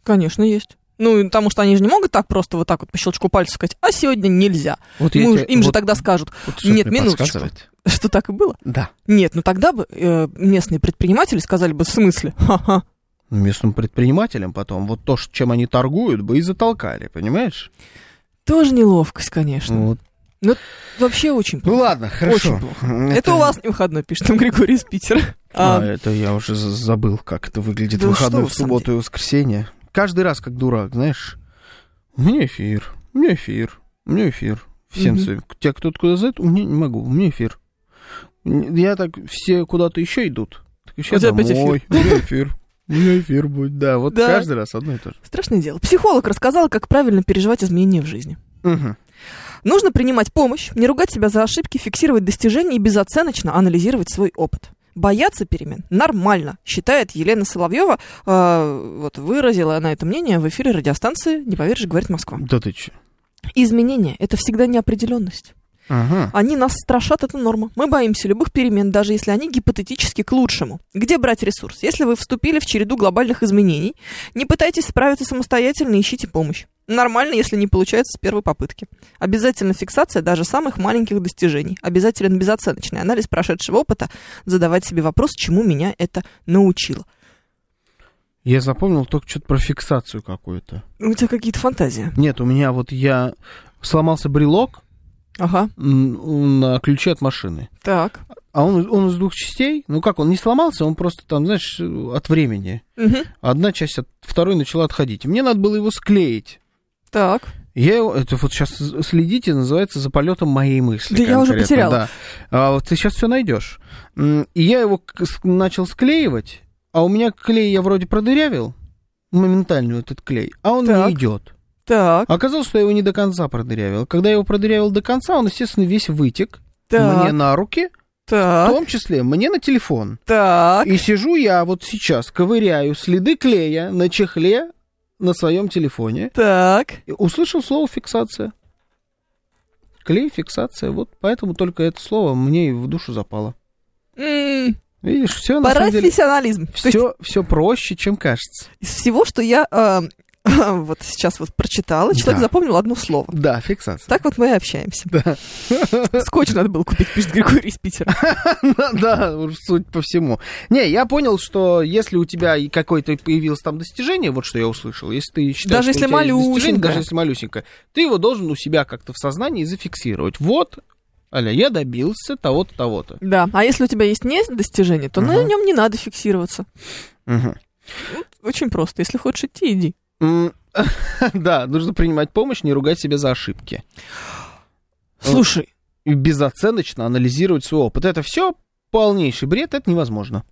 Конечно, есть. Ну, и потому что они же не могут так просто вот так вот по щелчку пальца сказать, а сегодня нельзя.
Вот я
Мы
тебе-
же- им же
вот-
тогда скажут,
вот что-то
нет,
мне
минуточку.
подсказывает.
что так и было.
Да.
Нет, ну тогда бы э, местные предприниматели сказали бы, в смысле? Ха-ха.
Местным предпринимателям потом вот то, ш- чем они торгуют, бы и затолкали, понимаешь?
Тоже неловкость, конечно.
Вот.
Вообще очень
Ну
плохо.
ладно, хорошо.
Очень плохо. Это... у вас не выходной, пишет нам Григорий из Питера.
Ну, А,
А,
это я уже за- забыл, как это выглядит
Да
в
вы
выходной,
что вы,
в
в самом
субботу и воскресенье. Каждый раз как дурак, знаешь. У меня эфир, у меня эфир, у меня эфир. Всем
Мгм.
своим. Тебя кто-то куда зовет, у меня не могу, у меня эфир. Н- Я так, все куда-то еще идут. Так еще
У тебя опять
домой, у меня эфир. У меня эфир будет, да. Вот
Да.
каждый раз одно и то же.
Страшное дело. Психолог рассказал, как правильно переживать изменения в жизни.
Мгм.
Нужно принимать помощь, не ругать себя за ошибки, фиксировать достижения и безоценочно анализировать свой опыт. Бояться перемен нормально, считает Елена Соловьева. Э, вот выразила она это мнение в эфире радиостанции «Не поверишь, говорит Москва».
Да ты че?
Изменения – это всегда неопределенность.
Ага.
Они нас страшат, это норма. Мы боимся любых перемен, даже если они гипотетически к лучшему. Где брать ресурс? Если вы вступили в череду глобальных изменений, не пытайтесь справиться самостоятельно, ищите помощь. Нормально, если не получается с первой попытки. Обязательно фиксация даже самых маленьких достижений. Обязателен безоценочный анализ прошедшего опыта, задавать себе вопрос, чему меня это научило.
Я запомнил только что-то про фиксацию какую-то.
У тебя какие-то фантазии.
Нет, у меня вот я сломался брелок
Ага,
м, на ключе от машины.
так.
А он, он из двух частей. Ну как, он не сломался, он просто там, знаешь, от времени.
Мгм,
Одна часть от второй начала отходить. И Мне надо было его склеить.
Так.
Я его, это вот сейчас следите, называется за полетом моей мысли.
Да я уже
конкретно,
потеряла.
Да. А, вот ты сейчас все найдешь. И я его к- с- начал склеивать, а у меня клей я вроде продырявил, моментальный вот этот клей, а он
Так.
не идет.
Так,
Оказалось, что я его не до конца продырявил. Когда я его продырявил до конца, он, естественно, весь вытек мне
так,
на руки, в
так,
том числе мне на телефон.
так.
И сижу я вот сейчас, ковыряю следы клея на чехле на своем телефоне.
Так.
И услышал слово фиксация. Клей, фиксация. Вот поэтому только это слово мне и в душу запало.
М,
Видишь, все на самом деле...
Профессионализм. То есть
Все, все проще, чем кажется.
из всего, что я э, вот сейчас вот прочитала, человек
Да.
запомнил одно слово.
Да, фиксация.
Так вот мы и общаемся.
Да.
Скотч надо было купить, пишет Григорий из Питера.
да, уж суть по всему. Не, я понял, что если у тебя и какое-то появилось там достижение, вот что я услышал, если ты считаешь,
Даже
что
если
у тебя есть достижение,
малюсенькое.
даже если малюсенькое, ты его должен у себя как-то в сознании зафиксировать. Вот, Аля, я добился того-то, того-то.
Да. А если у тебя есть не достижение, то на
Мгм.
нем не надо фиксироваться.
Мгм.
Очень просто. Если хочешь идти, иди.
М, Да, нужно принимать помощь, не ругать себя за ошибки.
Слушай,
И безоценочно анализировать свой опыт. Это все полнейший бред, это невозможно.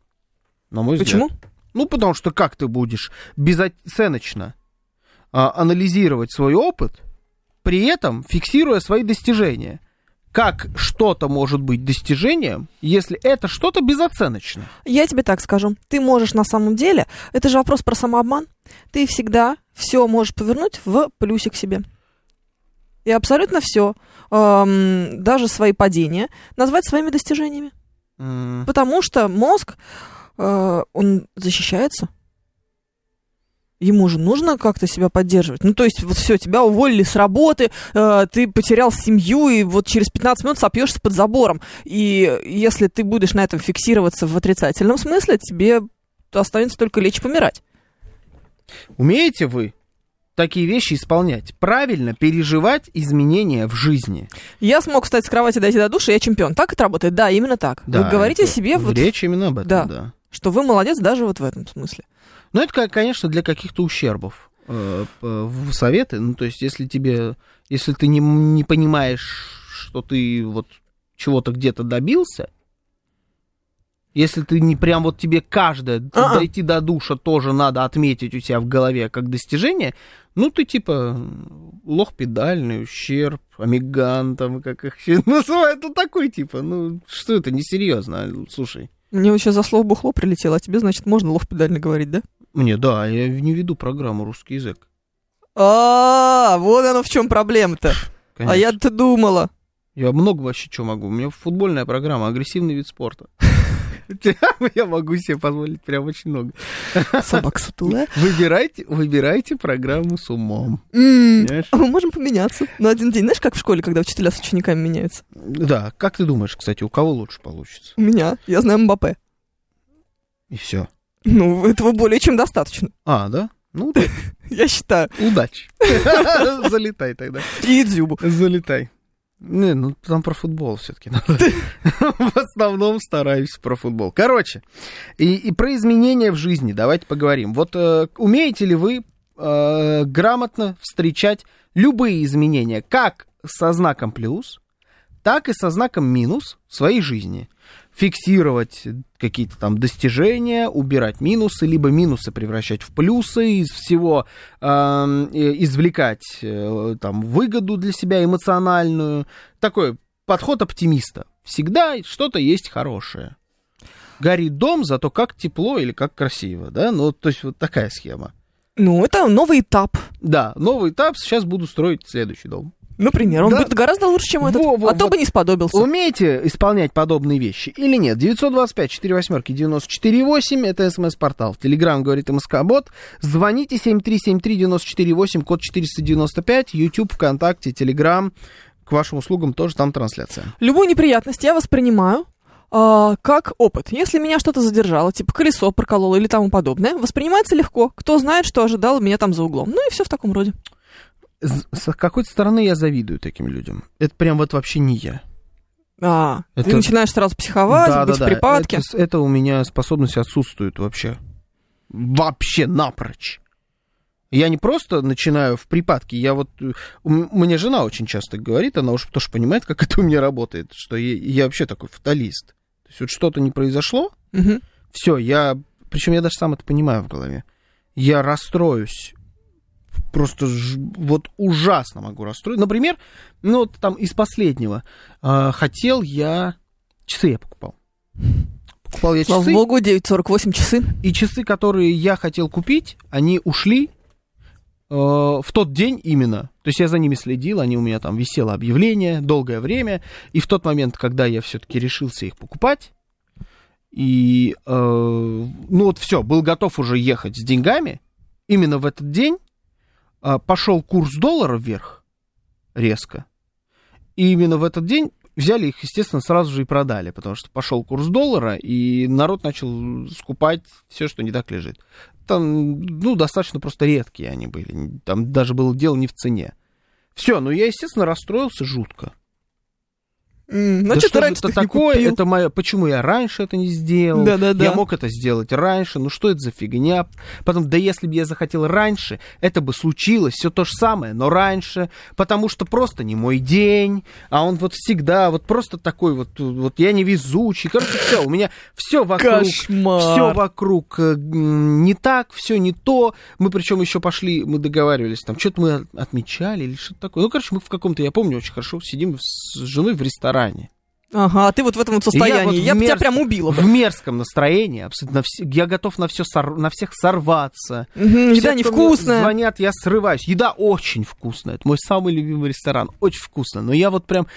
На мой взгляд.
почему?
Ну, потому что как ты будешь безоценочно а, анализировать свой опыт, при этом фиксируя свои достижения? Как что-то может быть достижением, если это что-то безоценочно?
Я тебе так скажу. Ты можешь на самом деле, это же вопрос про самообман, ты всегда все можешь повернуть в плюсик себе. И абсолютно все, даже свои падения, назвать своими достижениями.
М,
Потому что мозг, э, он защищается. Ему же нужно как-то себя поддерживать. Ну, то есть, вот все, тебя уволили с работы, э, ты потерял семью, и вот через 15 минут сопьешься под забором. И если ты будешь на этом фиксироваться в отрицательном смысле, тебе останется только лечь и помирать.
Умеете вы такие вещи исполнять? Правильно переживать изменения в жизни.
Я смог встать с кровати, дойти до душа, я чемпион. Так это работает? Да, именно так. Вы говорите
это-
себе, вот,
Ну, Речь именно об этом,
Да.
да.
что вы молодец даже вот в этом смысле.
Ну, это, ка- конечно, для каких-то ущербов э, п- в советы. Ну, то есть, если тебе, если ты не, м- не понимаешь, что ты вот чего-то где-то добился, если ты не прям вот тебе каждое д-
А-а.
дойти до душа тоже надо отметить у тебя в голове как достижение, ну, ты типа лох педальный, ущерб, амиган, там, как их все называют, ну, такой типа, ну, что это, несерьезно, слушай.
Мне еще за слово бухло прилетело, а тебе, значит, можно лох педально говорить, да?
Мне, да, я не веду программу русский язык.
А, вот оно в чем проблема-то. А
конечно.
я-то думала.
Я много вообще чего могу. У меня футбольная программа, агрессивный вид спорта. Я могу себе позволить прям очень много.
Собака сутулая.
Выбирайте, выбирайте программу с умом.
М,
Понимаешь?
а Мы можем поменяться. На один день, знаешь, как в школе, когда учителя с учениками меняются?
Да, как ты думаешь, кстати, у кого лучше получится?
У меня. Я знаю Мбаппе.
И все.
Ну, этого более чем достаточно,
А, да? Ну, да.
я считаю.
удачи. Залетай тогда.
И Дзюбу.
Залетай. Не, ну там про футбол все-таки надо. В основном стараюсь про футбол. Короче, и, и про изменения в жизни давайте поговорим. Вот э, умеете ли вы э, грамотно встречать любые изменения, как со знаком плюс, так и со знаком минус в своей жизни? Фиксировать какие-то там достижения, убирать минусы, либо минусы превращать в плюсы, из всего эм, э, извлекать э, там выгоду для себя эмоциональную. Такой подход оптимиста. Всегда что-то есть хорошее. Горит дом, зато как тепло или как красиво, да? Ну, то есть вот такая схема.
Ну, это новый этап.
Да, новый этап, сейчас буду строить следующий дом.
Например, он
Да.
будет гораздо лучше, чем этот.
Во, во,
а то
вот.
бы не сподобился.
Умеете исполнять подобные вещи или нет? 925 4 восьмерки 948 это смс-портал. Телеграм говорит МСК-бот. Звоните 7373948, код 495, YouTube, ВКонтакте, Телеграм. К вашим услугам тоже там трансляция.
Любую неприятность я воспринимаю а, как опыт. Если меня что-то задержало, типа колесо прокололо или тому подобное, воспринимается легко. Кто знает, что ожидало меня там за углом. Ну и все в таком роде.
С с какой-то стороны я завидую таким людям. Это прям вот вообще не я.
А, ты
Это-
начинаешь сразу психовать,
Да, да,
быть в
да.
припадке.
Это, это у меня способность отсутствует вообще. Вообще напрочь. Я не просто начинаю в припадке, я вот... э, м- Мне жена очень часто говорит, она уж тоже понимает, как это у меня работает, что я, я вообще такой фаталист. То есть вот что-то не произошло,
Мгм.
все, я... Причем я даже сам это понимаю в голове. Я расстроюсь. Просто ж- вот ужасно могу расстроить. Например, ну вот там из последнего. А, хотел я... Часы я покупал. Покупал я
Слава
часы.
богу, 9.48 часы.
И часы, которые я хотел купить, они ушли э, в тот день именно. То есть я за ними следил, они у меня там висело объявление долгое время. И в тот момент, когда я все-таки решился их покупать, и э, ну вот все, был готов уже ехать с деньгами, именно в этот день э, пошел курс доллара вверх резко. И именно в этот день взяли их, естественно, сразу же и продали, потому что пошел курс доллара, и народ начал скупать все, что не так лежит. Там, ну, достаточно просто редкие они были. Там даже было дело не в цене. Все, ну я, естественно, расстроился жутко.
М,
Да что
Значит, ты
же
раньше
это
ты их не
такое?
купил.
Это моя... Почему я раньше это не сделал?
Да-да-да.
Я мог это сделать раньше. Ну что это за фигня? Потом, да если бы я захотел раньше, это бы случилось. Все то же самое, но раньше. Потому что просто не мой день. А он вот всегда вот просто такой вот... Вот я невезучий. Короче, все, у меня все вокруг...
Кошмар.
Все вокруг э, м, не так, все не то. Мы причем еще пошли, мы договаривались, там что-то мы от- отмечали или что-то такое. Ну, короче, мы в каком-то, я помню очень хорошо, сидим с женой в ресторане.
Ага, а ты вот в этом вот состоянии.
вот
Я, бы тебя
мерз-
прям убила бы.
В мерзком настроении, абсолютно. на вс- Я готов на, все на всех сорваться.
Мгм,
Все,
Еда
кто мне
невкусная.
Звонят, я срываюсь. Еда очень вкусная. Это мой самый любимый ресторан. Очень вкусно. Но я вот прям...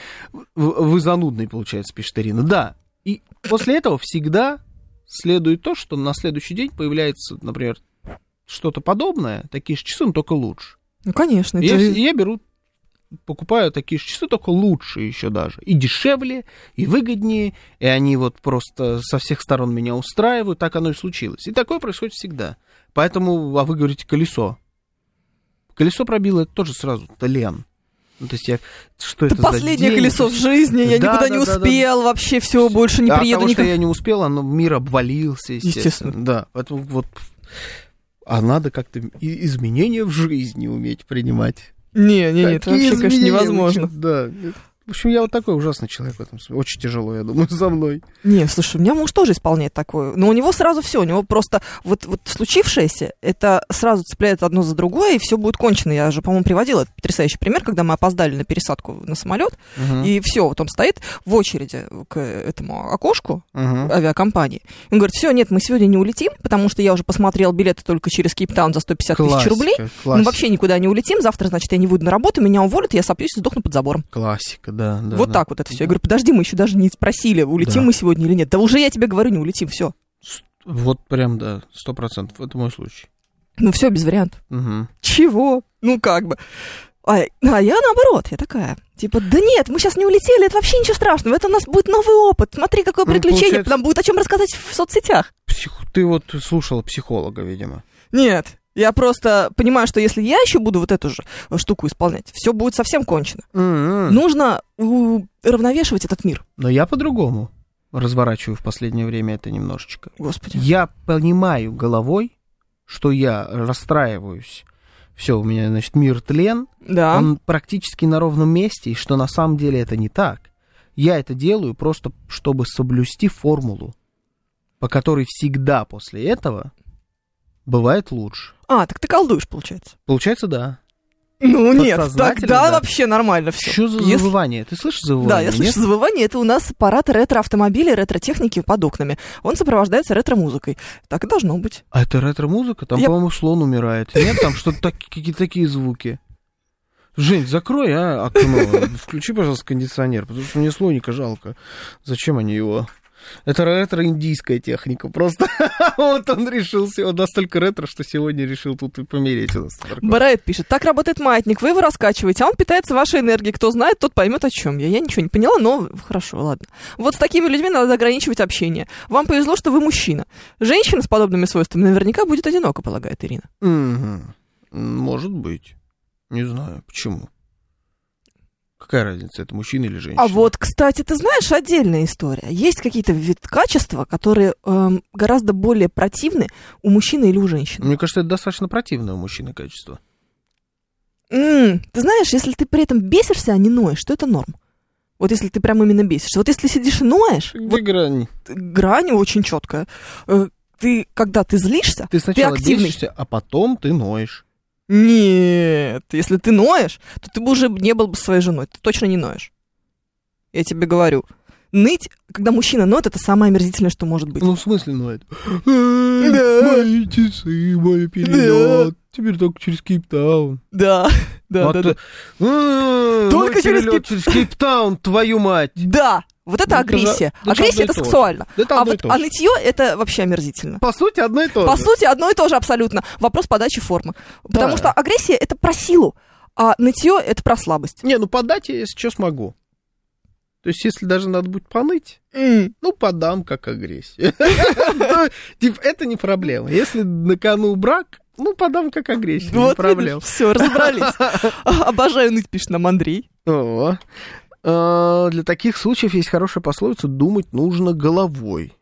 в- Вы занудный, получается, пишет Ирина. Да. И после этого всегда следует то, что на следующий день появляется, например, что-то подобное, такие же часы, но только лучше.
Ну, конечно. это
Я,
же-
я беру, покупаю такие же часы, только лучше еще даже. И дешевле, и выгоднее, и они вот просто со всех сторон меня устраивают. Так оно и случилось. И такое происходит всегда. Поэтому, а вы говорите, колесо. Колесо пробило, это тоже сразу тален. Ну, то есть я... Что
Это
это за
последнее
день?
колесо в жизни, я
Да,
никуда
да,
не
да, да.
успел, вообще все, больше не
А от
приеду
того,
никак.
что я не успел, оно, мир обвалился, естественно.
Естественно.
Да, поэтому вот... А надо как-то и изменения в жизни уметь принимать.
Не, не, не, это
Какие
вообще, конечно,
изменения, вы
невозможно.
чё? Да. В общем, я вот такой ужасный человек в этом смысле. Очень тяжело, я думаю, за мной.
Не, слушай, у меня муж тоже исполняет такое. Но у него сразу все, у него просто вот, вот случившееся, это сразу цепляет одно за другое, и все будет кончено. Я же, по-моему, приводила этот потрясающий пример, когда мы опоздали на пересадку на самолет, и все, вот он стоит в очереди к этому окошку
Мгм.
авиакомпании. Он говорит, все, нет, мы сегодня не улетим, потому что я уже посмотрел билеты только через Кейптаун за 150 тысяч
Классика,
рублей. Мы
классика,
вообще никуда не улетим, завтра, значит, я не выйду на работу, меня уволят, я сопьюсь и сдохну под забором.
Классика, да. да,
вот
да.
так вот это все. Я говорю, подожди, мы еще даже не спросили,
Да.
улетим мы сегодня или нет. Да уже я тебе говорю, не улетим, все.
С- Вот прям, да, сто процентов. Это мой случай.
Ну все, без вариантов.
Мгм.
Чего? Ну как бы. А, а я наоборот, я такая, типа, да нет, мы сейчас не улетели, это вообще ничего страшного, это у нас будет новый опыт, смотри, какое
Ну,
приключение,
получается-
нам будет о чем рассказать в соцсетях.
Псих- Ты вот слушала психолога, видимо.
Нет, я просто понимаю, что если я еще буду вот эту же э, штуку исполнять, все будет совсем кончено. М-м.
Мгм.
Нужно уравновешивать этот мир.
Ну. Но я по-другому разворачиваю в последнее время это немножечко.
Господи.
Я понимаю головой, что я расстраиваюсь. Все, у меня, значит, мир тлен.
Да.
Он практически на ровном месте, и что на самом деле это не так. Я это делаю просто, чтобы соблюсти формулу, по которой всегда после этого бывает лучше.
А, так ты колдуешь, получается.
Получается, да.
Ну нет,
Подсознательно,
тогда
да.
вообще нормально все.
Что за завывание? Ты слышишь завывание?
Да, я слышу
Нет?
завывание. Это у нас аппарат ретро-автомобиля, ретро-техники под окнами. Он сопровождается ретро-музыкой. Так и должно быть.
А это ретро-музыка? Там,
Я-
по-моему, слон умирает. Нет, там что-то так- какие-то такие звуки. Жень, закрой, а, окно. Включи, пожалуйста, кондиционер, потому что мне слоника жалко. Зачем они его? Это ретро-индийская техника. Просто вот он решил, сего- он настолько ретро, что сегодня решил тут и помереть у нас.
Барайт пишет, так работает маятник, вы его раскачиваете, а он питается вашей энергией. Кто знает, тот поймет, о чем я. Я ничего не поняла, но хорошо, ладно. Вот с такими людьми надо ограничивать общение. Вам повезло, что вы мужчина. Женщина с подобными свойствами наверняка будет одиноко, полагает Ирина.
Мгм. Может быть. Не знаю, почему. Какая разница, это мужчина или женщина?
А вот, кстати, ты знаешь, отдельная история. Есть какие-то вид качества, которые эм, гораздо более противны у мужчины или у женщины.
Мне кажется, это достаточно противное у мужчины качество.
М, ты знаешь, если ты при этом бесишься, а не ноешь, то это норм. Вот если ты прям именно бесишься. Вот если сидишь и ноешь,
Где
вот
грань?
грань очень четкая. Э, Ты, когда ты злишься,
Ты сначала
активный.
бесишься, а потом ты ноешь.
нет, если ты ноешь, то ты бы уже не был бы своей женой. Ты точно не ноешь. Я тебе говорю. Ныть, когда мужчина ноет, это самое омерзительное, что может быть.
Ну, в смысле ноет? Мои часы, мой перелет. Теперь только через Кейптаун.
Да, да,
Вот
да, да.
ты- М,
Только
мой
через
перелет
Кейп-
через Кейптаун, твою мать.
Да, вот это
Ну, это
агрессия.
за- это
агрессия
одно и то
это
же.
сексуально.
Да это
А
одно и
вот
то
а
же.
нытье это вообще омерзительно.
По сути, одно и то
По
же.
сути, одно и то же абсолютно. Вопрос подачи формы. Потому
Да.
что агрессия это про силу, а нытье это про слабость.
Не, ну подать я сейчас могу. То есть, если даже надо будет поныть,
М.
ну, подам как агрессия. Ну, типа, Это не проблема. Если на кону брак, ну, подам как агрессия, не проблема.
все, разобрались. А, Обожаю ныть, пишет нам Андрей.
О. Э, Для таких случаев есть хорошая пословица «думать нужно головой»,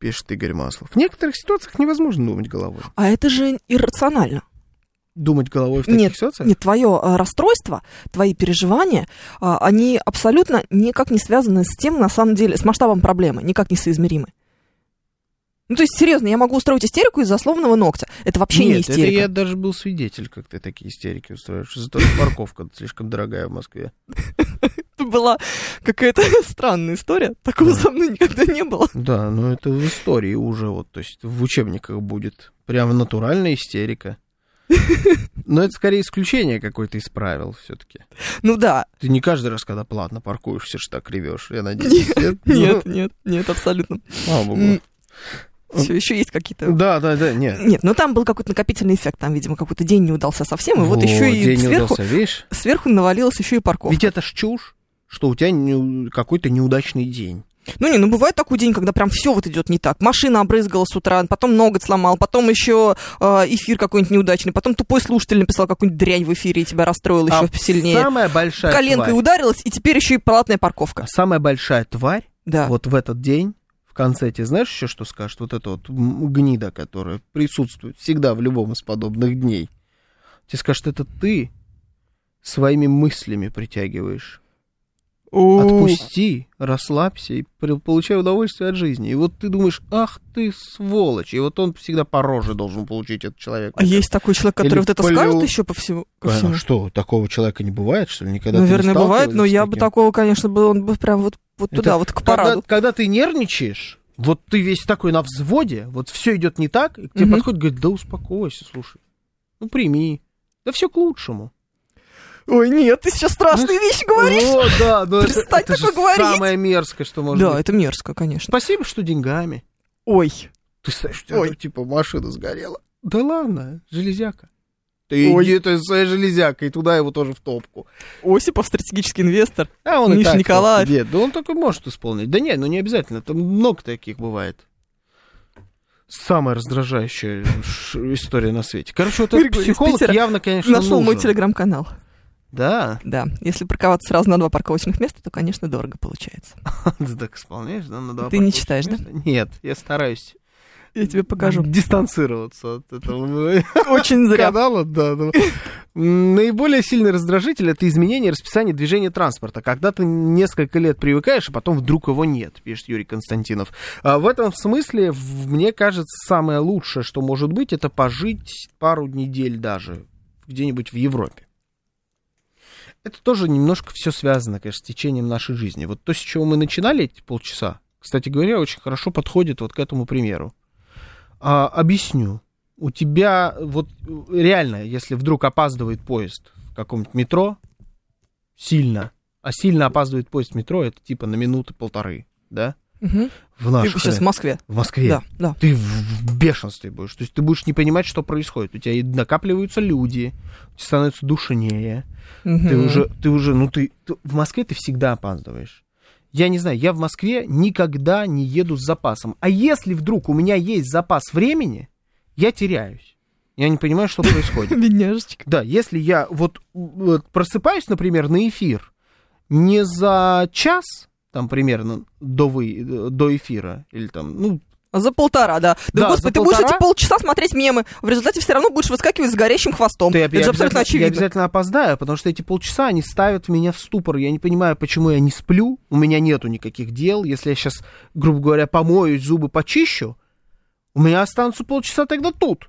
пишет Игорь Маслов. В некоторых ситуациях невозможно думать головой.
А это же иррационально.
Думать головой в таких
Нет,
ситуациях?
Нет, твое а, расстройство, твои переживания, а, они абсолютно никак не связаны с тем, на самом деле, с масштабом проблемы, никак не соизмеримы. Ну, то есть, серьезно, я могу устроить истерику из-за словного ногтя. Это вообще не
Нет, это
истерика.
я даже был свидетель, как ты такие истерики устраиваешь. Зато что парковка слишком дорогая в Москве.
Это была какая-то странная история. Такого со мной никогда не было.
Да, но это в истории уже вот, то есть в учебниках будет. Прям натуральная истерика. Но это скорее исключение какое-то из правил все-таки.
Ну да,
Ты не каждый раз, когда платно паркуешься, ж так ревешь, я надеюсь. ну, Нет,
нет, нет, нет, абсолютно.
Слава богу.
М.
А.
Все, еще есть какие-то...
Да, да, да, нет.
Нет, ну там был какой-то накопительный эффект, там, видимо, какой-то день не удался совсем, Ну, и вот еще и
день не
сверху,
удался, видишь?
сверху навалилась еще и парковка.
Ведь это ж чушь, что у тебя не- какой-то неудачный день.
Ну не, ну бывает такой день, когда прям все вот идет не так. Машина обрызгала с утра, потом ноготь сломал, потом еще э, эфир какой-нибудь неудачный, потом тупой слушатель написал какую-нибудь дрянь в эфире и тебя расстроил еще
А
сильнее.
Самая большая
Коленкой
тварь.
ударилась, и теперь еще и платная парковка.
а Самая большая тварь
Да.
вот в этот день, в конце, тебе знаешь еще что скажет? Вот эта вот м- гнида, которая присутствует всегда в любом из подобных дней. Тебе скажет, это ты своими мыслями притягиваешь. Отпусти, расслабься и при- получай удовольствие от жизни. И вот ты думаешь, ах ты сволочь. И вот он всегда по роже должен получить этот человек.
А есть такой человек, который
Или
вот это
плю-
скажет еще по всему? ко всему?
Что, такого человека не бывает, что ли? Никогда ты не
Ну, Наверное, бывает, но
сталкивалась с
я бы
таким?
такого, конечно, бы он бы прям вот, вот
Это
туда, вот к
Когда-
параду.
Когда, ты нервничаешь, вот ты весь такой на взводе, вот все идет не так, и к тебе
Мгм.
подходит, говорит, да успокойся, слушай, ну прими, да все к лучшему.
Ой, нет, ты сейчас
Ну
страшные вещи говоришь.
О, да, но это,
Перестань
это же
такое говорить.
самое мерзкое, что можно
Да,
быть.
это мерзко, конечно.
Спасибо, что деньгами.
Ой,
Ты знаешь,
Ой.
Ой. типа машина сгорела. Да ладно, железяка. Ты
Ой.
иди ты со своей железякой, туда его тоже в топку.
Осипов, стратегический инвестор.
А он и
Миша
так
Николаев.
топки. Нет, да он только может исполнить. Да нет, ну не обязательно, там много таких бывает. Самая раздражающая ш- история на свете. Короче, вот
Игорь
этот
из
психолог
Питера
явно, конечно,
Нашел мой
нужен.
телеграм-канал.
Да,
Да, если парковаться сразу на два парковочных места, то, конечно, дорого получается.
ты так исполняешь, да, на два
Ты не
парковочных
читаешь, да?
места? Нет, я стараюсь
Я тебе покажу.
дистанцироваться от этого
Очень зря.
канала, да. ну. М, Наиболее сильный раздражитель это изменение расписания движения транспорта. Когда ты несколько лет привыкаешь, а потом вдруг его нет, пишет Юрий Константинов. А В этом смысле, в- мне кажется, самое лучшее, что может быть, это пожить пару недель даже где-нибудь в Европе. Это тоже немножко все связано, конечно, с течением нашей жизни. Вот то, с чего мы начинали эти полчаса, кстати говоря, очень хорошо подходит вот к этому примеру. А, объясню. У тебя вот э, реально, если вдруг опаздывает поезд в каком-нибудь метро, сильно, а сильно опаздывает поезд в метро, это типа на минуты полторы, да?
Мгм.
в
Ты
наших
сейчас в
реалиях.
Москве.
в Москве.
Да, да.
Ты в- в бешенстве будешь. То есть ты будешь не понимать, что происходит. У тебя и накапливаются люди, тебе становится душнее. Ты
Мгм.
уже, ты уже, ну ты, ты- в Москве ты всегда опаздываешь. Я не знаю, я в Москве никогда не еду с запасом. А если вдруг у меня есть запас времени, я теряюсь. Я не понимаю, что происходит.
Бедняжечка.
Да, если я вот, вот просыпаюсь, например, на эфир не за час, там примерно до, вы, до эфира, или там, ну,
А За полтора, да. Да,
Да,
господи,
за
ты будешь
полтора?
эти полчаса смотреть мемы. В результате все равно будешь выскакивать с горящим хвостом.
Ты- я
Это же
обязательно-
абсолютно
Я
очевидно.
обязательно опоздаю, потому что эти полчаса, они ставят меня в ступор. Я не понимаю, почему я не сплю, у меня нету никаких дел. Если я сейчас, грубо говоря, помою зубы, почищу, у меня останутся полчаса тогда тут,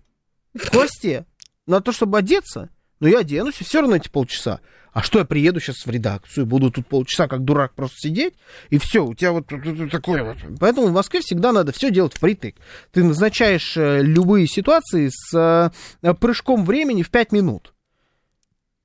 в хвосте, на то, чтобы одеться. Но я оденусь, и все равно эти полчаса. А что, я приеду сейчас в редакцию, буду тут полчаса как дурак просто сидеть, и все, у тебя вот тут- тут- тут такое вот. Поэтому в Москве всегда надо все делать впритык. Ты назначаешь э, любые ситуации с э, э, прыжком времени в 5 минут.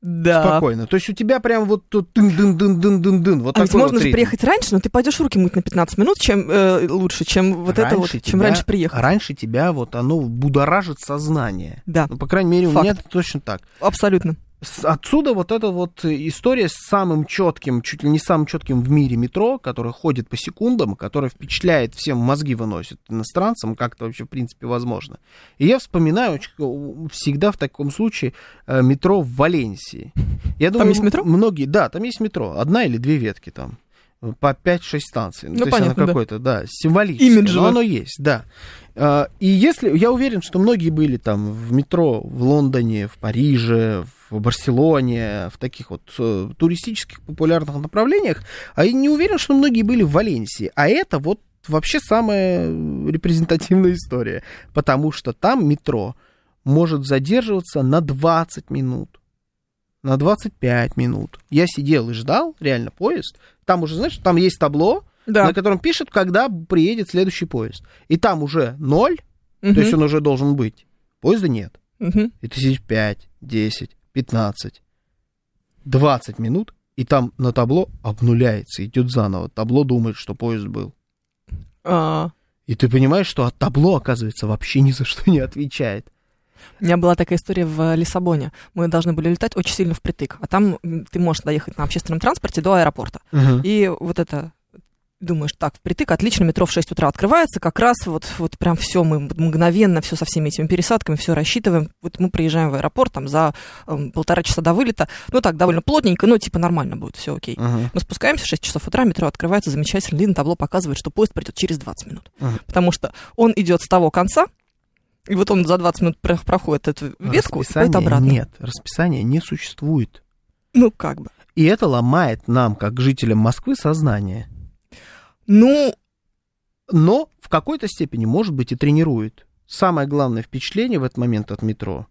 Да.
Спокойно. То есть у тебя прям вот тут дын-дын-дын-дын-дын-дын. Вот
А ведь
такой
можно
вот
же
ритм.
приехать раньше, но ты пойдешь руки мыть на 15 минут, чем э, лучше, чем вот это вот, чем
тебя-
раньше приехать.
Раньше тебя вот оно будоражит сознание.
Да,
Ну, по крайней мере,
Факт.
у меня это точно так.
абсолютно.
С- Отсюда вот эта вот история с самым четким, чуть ли не самым четким в мире метро, которое ходит по секундам, которое впечатляет всем мозги выносит иностранцам, как это вообще в принципе возможно. И я вспоминаю очень- у- всегда в таком случае э, метро в Валенсии. Я думаю,
есть метро?
м- многие, да, там есть метро, одна или две ветки там э, по 5-6 станций.
Ну,
То есть оно
понятно, да.
какое-то, да, символическое,
Имиджево.
но оно есть, да. А, И если, я уверен, что многие были там в метро в Лондоне, в Париже, в Барселоне, в таких вот э, туристических популярных направлениях, а я не уверен, что многие были в Валенсии. А это вот вообще самая репрезентативная история, потому что там метро может задерживаться на 20 минут, на 25 минут. Я сидел и ждал, реально, поезд. Там уже, знаешь, там есть табло,
Да.
на котором пишет, когда приедет следующий поезд. И там уже ноль,
Мгм.
то есть он уже должен быть. Поезда нет.
Мгм.
И ты сидишь 5, 10, 15, 20 минут, и там на табло обнуляется, идет заново. Табло думает, что поезд был.
А,
И ты понимаешь, что от табло, оказывается, вообще ни за что не отвечает.
У меня была такая история в э, Лиссабоне. Мы должны были летать очень сильно впритык. А там м, ты можешь доехать на общественном транспорте до аэропорта. И вот это думаешь, так, впритык, отлично, метро в 6 утра открывается, как раз вот, вот прям все, мы вот мгновенно, все со всеми этими пересадками, все рассчитываем. Вот мы приезжаем в аэропорт там за эм, полтора часа до вылета, ну так, довольно плотненько, но типа нормально будет, все окей.
Мгм.
Мы спускаемся в 6 часов утра, метро открывается замечательно, и на табло показывает, что поезд придет через 20 минут.
Мгм.
Потому что он идет с того конца, и вот он за 20 минут про- проходит эту ветку и
Расписания
идет обратно.
Нет, расписания не существует.
Ну, как бы.
И это ломает нам, как жителям Москвы, сознание.
Ну,
но в какой-то степени, может быть, и тренирует. Самое главное впечатление в этот момент от метро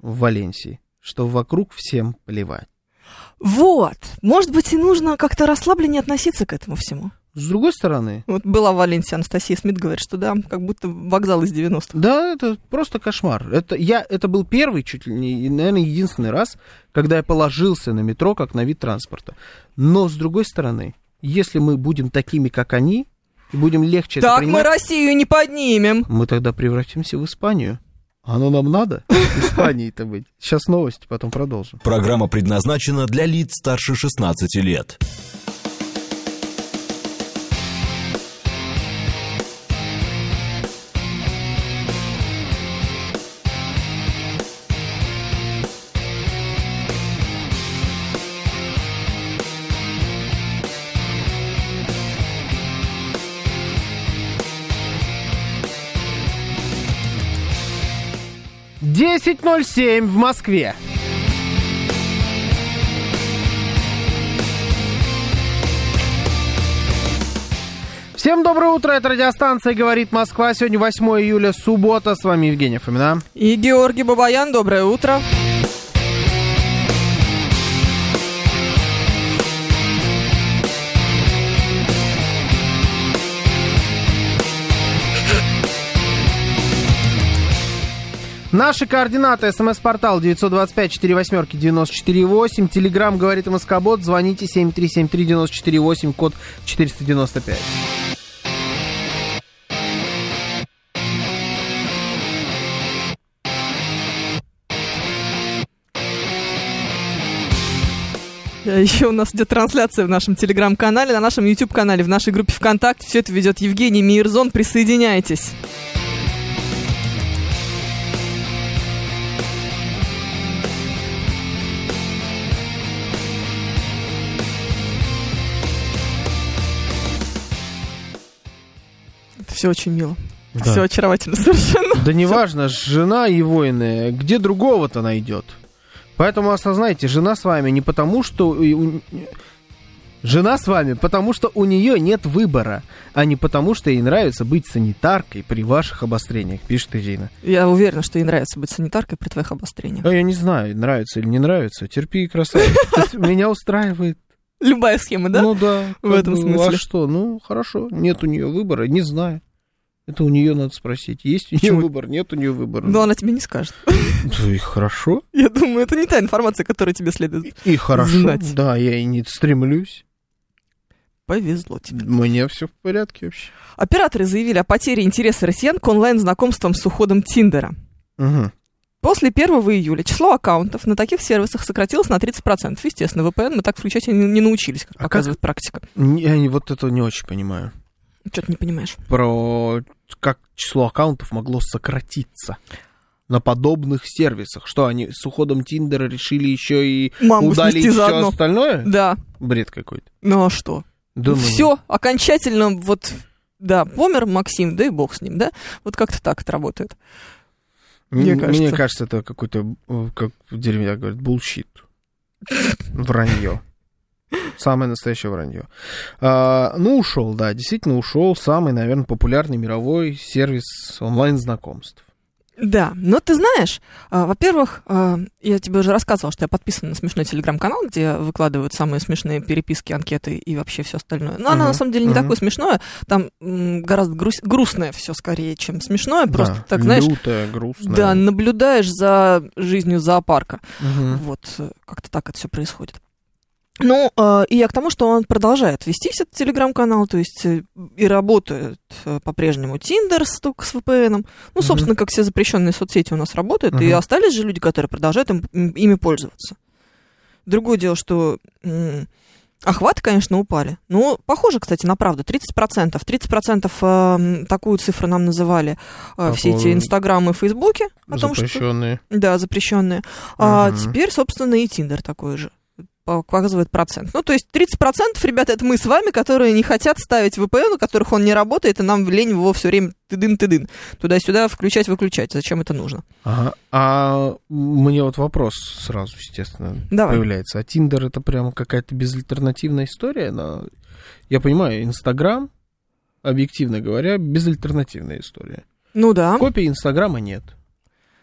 в Валенсии, что вокруг всем плевать.
вот. Может быть, и нужно как-то расслабленнее относиться к этому всему.
С другой стороны,
Вот была в Валенсии Анастасия Смит, говорит, что да, как будто вокзал из 90-х.
да, это просто кошмар. Это, я, это был первый, чуть ли не, и, наверное, единственный раз, когда я положился на метро как на вид транспорта. Но, с другой стороны, если мы будем такими, как они, и будем легче это
Так мы
принимать,
Россию не поднимем.
мы тогда превратимся в Испанию. Оно нам надо? Испании-то быть. Сейчас новости, потом продолжим.
Программа предназначена для лиц старше 16 лет.
10.07 в Москве. Всем доброе утро, это радиостанция «Говорит Москва». Сегодня 8 июля, суббота. С вами Евгений Фомина.
И Георгий Бабаян, доброе утро.
Наши координаты. СМС-портал 925-48-94-8. Телеграмм «Говорит Москобот». Звоните 7373-94-8, код 495.
Еще Э, у нас идет трансляция в нашем телеграм-канале, на нашем YouTube-канале, в нашей группе ВКонтакте. Все это ведет Евгений Мирзон. Присоединяйтесь. Это все очень мило.
Да.
Все очаровательно совершенно.
Да неважно, жена и воины, где другого-то найдет. Поэтому осознайте, жена с вами не потому, что... и у- Жена с вами, потому что у нее нет выбора, а не потому, что ей нравится быть санитаркой при ваших обострениях, пишет Ирина.
Я уверена, что ей нравится быть санитаркой при твоих обострениях.
А я не знаю, нравится или не нравится. Терпи, красавица. То есть Меня устраивает.
Любая схема, да?
Ну да.
В
как
этом
бы,
смысле.
А что? Ну, хорошо. Нет у нее выбора, не знаю. Это у нее надо спросить. Есть у нее
Почему?
выбор, нет у нее выбора.
Но она тебе не скажет.
Да и хорошо.
Я думаю, это не та информация, которая тебе следует.
И хорошо.
Знать.
Да, я и не стремлюсь.
Повезло тебе.
Мне все в порядке вообще.
Операторы заявили о потере интереса россиян к онлайн-знакомствам с уходом Тиндера.
Мгм.
После 1 июля число аккаунтов на таких сервисах сократилось на 30%. Естественно, VPN мы так включать и не не научились, как
А как-
показывает практика.
Не- Я не- вот это не очень понимаю.
Что ты не понимаешь?
Про как число аккаунтов могло сократиться на подобных сервисах. Что, они с уходом Тиндера решили еще и
Маму
удалить
снести
все
заодно.
остальное?
Да.
Бред какой-то.
Ну а что?
Думаю,
Все, окончательно вот... Да, помер Максим, да и бог с ним, да? Вот как-то так это работает.
м-
мне
мне кажется,
кажется.
это какой-то, э, как в деревне говорят, булщит. Вранье. Самое настоящее вранье. А, ну, ушел, да, действительно ушел самый, наверное, популярный мировой сервис онлайн-знакомств.
Да, но ты знаешь, а, во-первых, а, я тебе уже рассказывала, что я подписана на смешной телеграм-канал, где выкладывают самые смешные переписки, анкеты и вообще все остальное. Но она
Мгм,
на самом деле не
мгм.
такое смешное, там м, гораздо грус- грустное все скорее, чем смешное. Просто
Да,
так, знаешь,
Лютое, грустное.
да, наблюдаешь за жизнью зоопарка.
Мгм.
Вот, э, как-то так это все происходит. Ну, э, и я к тому, что он продолжает вестись, этот телеграм-канал, то есть э, и работает э, по-прежнему Тиндер с- только с VPN. -ом. Ну,
Мгм.
собственно, как все запрещенные соцсети у нас работают, и
Мгм.
остались же люди, которые продолжают им- м, ими пользоваться. Другое дело, что м, охваты, конечно, упали. Ну, похоже, кстати, на правду. 30%. 30% эм, такую цифру нам называли э, все эти
Такого-
Инстаграмы и Фейсбуки. О том, что
Запрещенные.
да, запрещенные. А
Мгм.
теперь, собственно, и Тиндер такой же показывает процент. Ну, то есть 30%, ребята, это мы с вами, которые не хотят ставить VPN, у которых он не работает, и нам лень его все время тыдын-тыдын. Туда-сюда включать-выключать. Зачем это нужно?
Ага. А мне вот вопрос сразу, естественно,
Давай.
появляется. А Тиндер это прям какая-то безальтернативная история? но Я понимаю, Инстаграм, объективно говоря, безальтернативная история.
Ну да.
Копии Инстаграма нет.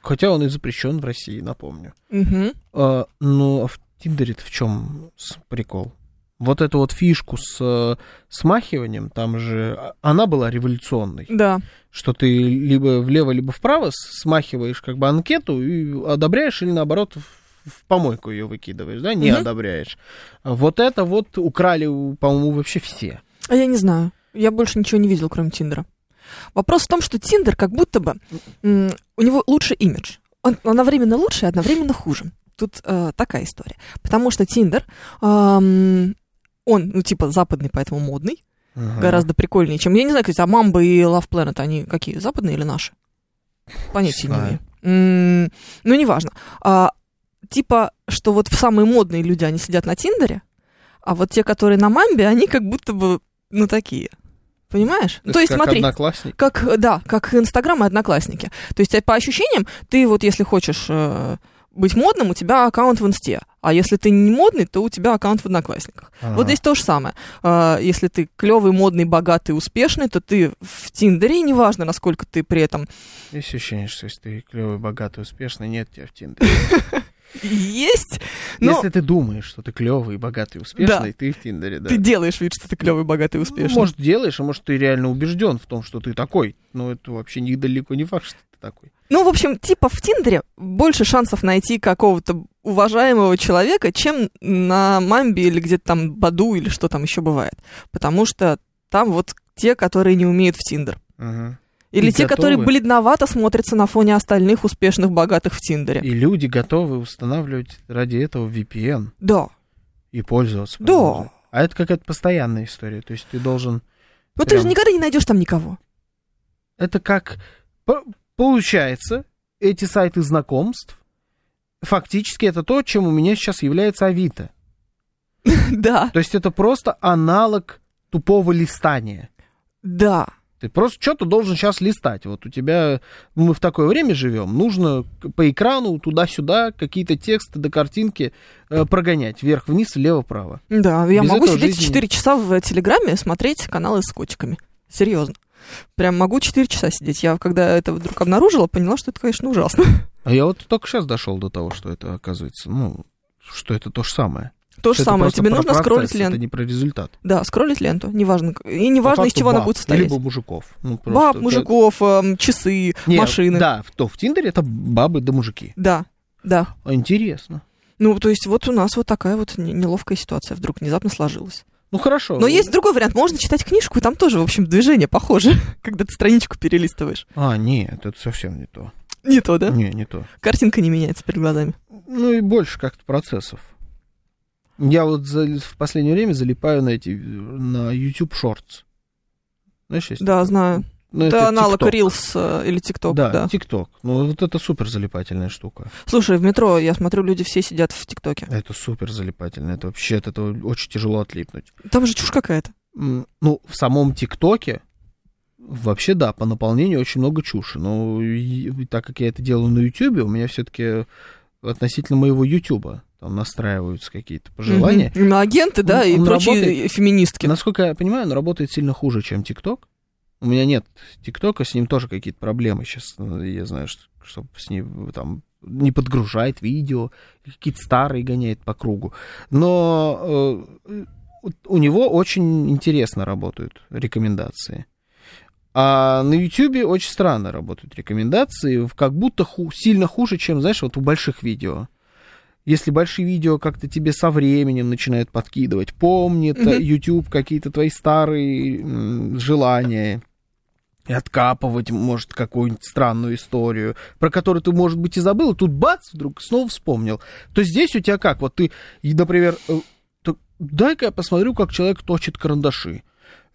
Хотя он и запрещен в России, напомню.
Мгм.
А, ну, а в Тиндере-то в чем прикол? Вот эту вот фишку с э, смахиванием, там же а, она была революционной
Да.
что ты либо влево, либо вправо с- смахиваешь как бы анкету и одобряешь или наоборот в- в помойку ее выкидываешь, да, не
Мгм.
одобряешь. А Вот это вот украли, у- по-моему, вообще все.
А я не знаю. Я больше ничего не видел, кроме Тиндера. Вопрос в том, что Тиндер как будто бы... м, у него лучше имидж. Он одновременно лучше и одновременно хуже. Тут э, такая история. Потому что Тиндер... ам, он, ну, типа, западный, поэтому модный. Гораздо прикольнее, чем... Я не знаю, кстати, а Мамба и Love Planet, они какие, западные или наши? Понятия не
Знаю.
имею. М, Ну, неважно. А, типа, что вот самые модные люди, они сидят на Тиндере, а вот те, которые на Мамбе, они как будто бы, ну, такие. Понимаешь? То есть,
как
смотри,
Одноклассник.
как, э, да, как Инстаграм и Одноклассники. То есть, э, по ощущениям, ты вот, если хочешь э, быть модным, у тебя аккаунт в Инсте. А если ты не модный, то у тебя аккаунт в Одноклассниках. Вот здесь то же самое. А, Если ты клевый, модный, богатый, успешный, то ты в Тиндере, и неважно, насколько ты при этом
Есть ощущение, что если ты клевый, богатый, успешный, нет тебя в Тиндере.
есть, но
Если ты думаешь, что ты клевый, богатый, успешный, ты в Тиндере, да. Ну,
ты делаешь вид, что ты клевый, богатый, успешный.
Может, делаешь, а может, ты реально убежден в том, что ты такой. Но это вообще недалеко не факт, что ты такой.
Ну, в общем, типа в Тиндере больше шансов найти какого-то уважаемого человека, чем на Мамбе или где-то там Баду или что там еще бывает. Потому что там вот те, которые не умеют в Тиндер.
Мгм.
Или
И
те, которые
готовы.
бледновато смотрятся на фоне остальных успешных, богатых в Тиндере.
И люди готовы устанавливать ради этого VPN.
Да.
И пользоваться.
Да.
продолжать. А это какая-то постоянная история. То есть ты должен...
Вот Ну, ты же
Прям.
никогда не найдешь там никого.
Это как... по- Получается, эти сайты знакомств, фактически это то, чем у меня сейчас является Авито.
Да,
То есть это просто аналог тупого листания.
да.
Ты просто что-то должен сейчас листать. Вот у тебя, ну, мы в такое время живем, нужно к- по экрану туда-сюда какие-то тексты до картинки э, прогонять вверх-вниз, влево-право.
Да, я
Без
могу
этого
сидеть
жизни-
4 часа в Телеграме, смотреть каналы с котиками. Серьезно. Прям могу 4 часа сидеть. Я когда это вдруг обнаружила, поняла, что это, конечно, ужасно.
А я вот только сейчас дошел до того, что это оказывается, ну, что это то же самое.
То же
Что это
самое.
просто
Тебе
про
нужно
процесс,
скроллить
Это
ленту.
не про результат.
Да, скроллить ленту. Неважно. к- И неважно,
По
из
факту
чего она
баб,
будет состоять.
Либо мужиков. Ну, просто
Баб,
это-
мужиков, эм, часы,
Не,
машины.
Да, в- то в Тиндере это бабы да мужики.
да, да.
А, Интересно.
Ну, то есть вот у нас вот такая вот не- неловкая ситуация вдруг внезапно сложилась.
Ну, хорошо.
Но есть другой вариант. Можно читать книжку, и там тоже, в общем, движение похоже, когда ты страничку перелистываешь.
А, нет, это совсем не то.
Не то, да?
Не, не то.
Картинка не меняется перед глазами.
Ну и больше как-то процессов. Я вот за- в последнее время залипаю на эти на YouTube Shorts. Знаешь, есть?
Да, знаю.
Ну,
Это аналог
TikTok.
Reels э, или TikTok, да.
Да, TikTok. Ну вот это супер залипательная штука.
Слушай, в метро, я смотрю, люди все сидят в ТикТоке.
Это супер залипательно. Это вообще от этого очень тяжело отлипнуть.
Там же чушь какая-то.
М, Ну, в самом ТикТоке вообще, да, по наполнению очень много чуши. Но и- так как я это делаю на Ютубе, у меня все-таки относительно моего Ютуба там настраиваются какие-то пожелания.
Мгм. На агенты, да,
Он-
и
он
прочие
работает.
феминистки.
Насколько я понимаю, он работает сильно хуже, чем ТикТок. У меня нет ТикТока, с ним тоже какие-то проблемы сейчас. э, Я знаю, что, что с ним э, там не подгружает видео, какие-то старые гоняет по кругу. Но э, у него очень интересно работают рекомендации. А на Ютубе очень странно работают рекомендации, в- как будто ху- сильно хуже, чем, знаешь, вот у больших видео. Если большие видео как-то тебе со временем начинают подкидывать, помнит
Мгм.
YouTube какие-то твои старые м, желания, и откапывать, может, какую-нибудь странную историю, про которую ты, может быть, и забыл, и тут бац, вдруг снова вспомнил. То здесь у тебя как? Вот ты, и, например, э, то дай-ка я посмотрю, как человек точит карандаши.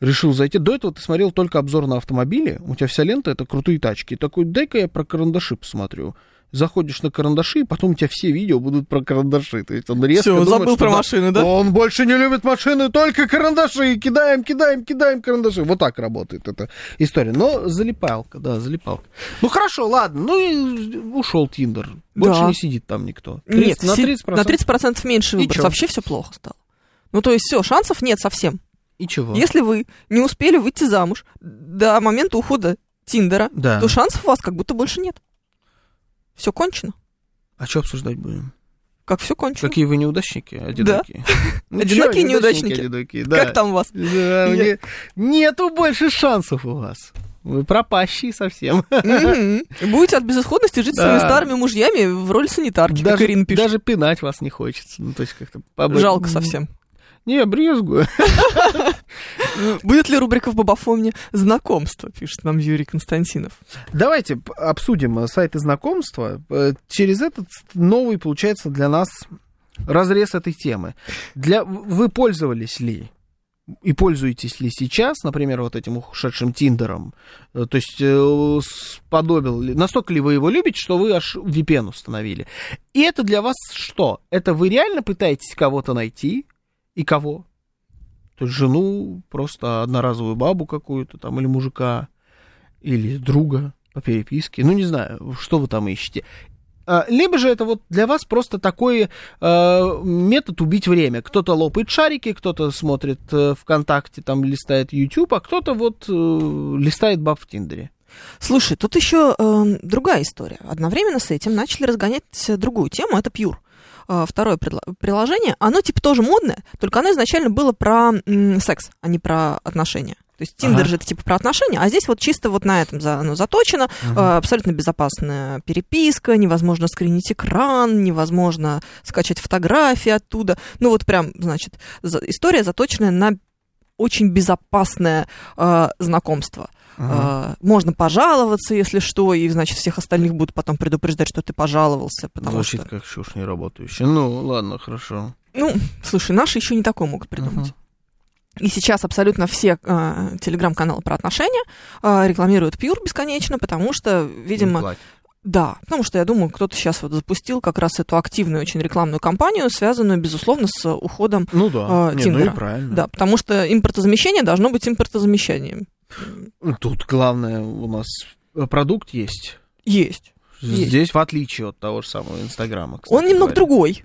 Решил зайти. До этого ты смотрел только обзор на автомобили. У тебя вся лента это крутые тачки. И такой, дай-ка я про карандаши посмотрю. Заходишь на карандаши, и потом у тебя все видео будут про карандаши. То есть он резко
Все,
думает,
забыл
что
про
да,
машины, Ну да?
он больше не любит машины, только карандаши. Кидаем, кидаем, кидаем карандаши. Вот так работает эта история. Но залипалка, да, залипалка. Ну хорошо, ладно. Ну и ушел Тиндер. Больше
Да.
не сидит там никто.
Нет,
30 на
си-
30%.
на 30% меньше
И
выборов.
чё?
Вообще все плохо стало. Ну, то есть все, шансов нет совсем.
И чего?
Если вы не успели выйти замуж до момента ухода Тиндера,
Да.
то шансов у вас как будто больше нет. Все кончено.
А что обсуждать будем?
Как все кончено.
Какие вы неудачники, одинокие. Ну, чё,
Одинокие неудачники.
одинокие, да.
Как там у вас?
Да,
Я-
мне- Нету больше шансов у вас. Вы пропащие совсем.
Мгм. Будете от безысходности жить с своими
Да.
старыми мужьями в роли санитарки, как
Даже,
Ирина пишет.
даже пинать вас не хочется. Ну, то есть как-то побо-
Жалко совсем.
Не, брезгую.
Будет ли рубрика в Бабафомне «Знакомство», пишет нам Юрий Константинов.
Давайте п- обсудим э, сайты знакомства. Э, Через этот новый, получается, для нас разрез этой темы. Для... Вы пользовались ли и пользуетесь ли сейчас, например, вот этим ушедшим Тиндером? Э, То есть э, сподобил ли... Настолько ли вы его любите, что вы аж VPN установили? И это для вас что? Это вы реально пытаетесь кого-то найти? И кого? То есть жену, просто одноразовую бабу какую-то там, или мужика, или друга по переписке. Ну, не знаю, что вы там ищете. А, Либо же это вот для вас просто такой э, метод убить время. Кто-то лопает шарики, кто-то смотрит э, ВКонтакте, там листает YouTube, а кто-то вот э, листает баб в Тиндере.
Слушай, тут еще эм, другая история. Одновременно с этим начали разгонять э, другую тему, это Пьюр. Э, Второе предло- приложение, оно типа тоже модное, только оно изначально было про м, секс, а не про отношения. То есть Тиндер
Ага.
же это типа про отношения, а здесь вот чисто вот на этом за- оно заточено, Э, абсолютно безопасная переписка, невозможно скринить экран, невозможно скачать фотографии оттуда. Ну вот прям, значит, за- история заточенная на очень безопасное э, знакомство.
А,
Э, можно пожаловаться, если что, и, значит, всех остальных будут потом предупреждать, что ты пожаловался, потому
Звучит
что...
как чушь неработающая. Ну, ладно, хорошо.
Ну, слушай, наши еще не такое могут придумать.
Мгм.
И сейчас абсолютно все э, телеграм-каналы про отношения э, рекламируют пьюр бесконечно, потому что, видимо,
Платье.
да, потому что я думаю, кто-то сейчас вот запустил как раз эту активную очень рекламную кампанию, связанную, безусловно, с уходом.
Ну да.
А,
Не, ну и
Тиндера.
правильно.
Да, потому что импортозамещение должно быть импортозамещением.
Ну, Тут главное у нас э, продукт есть.
Есть.
Здесь в отличие от того же самого Инстаграма. кстати
Он немного
говоря.
другой.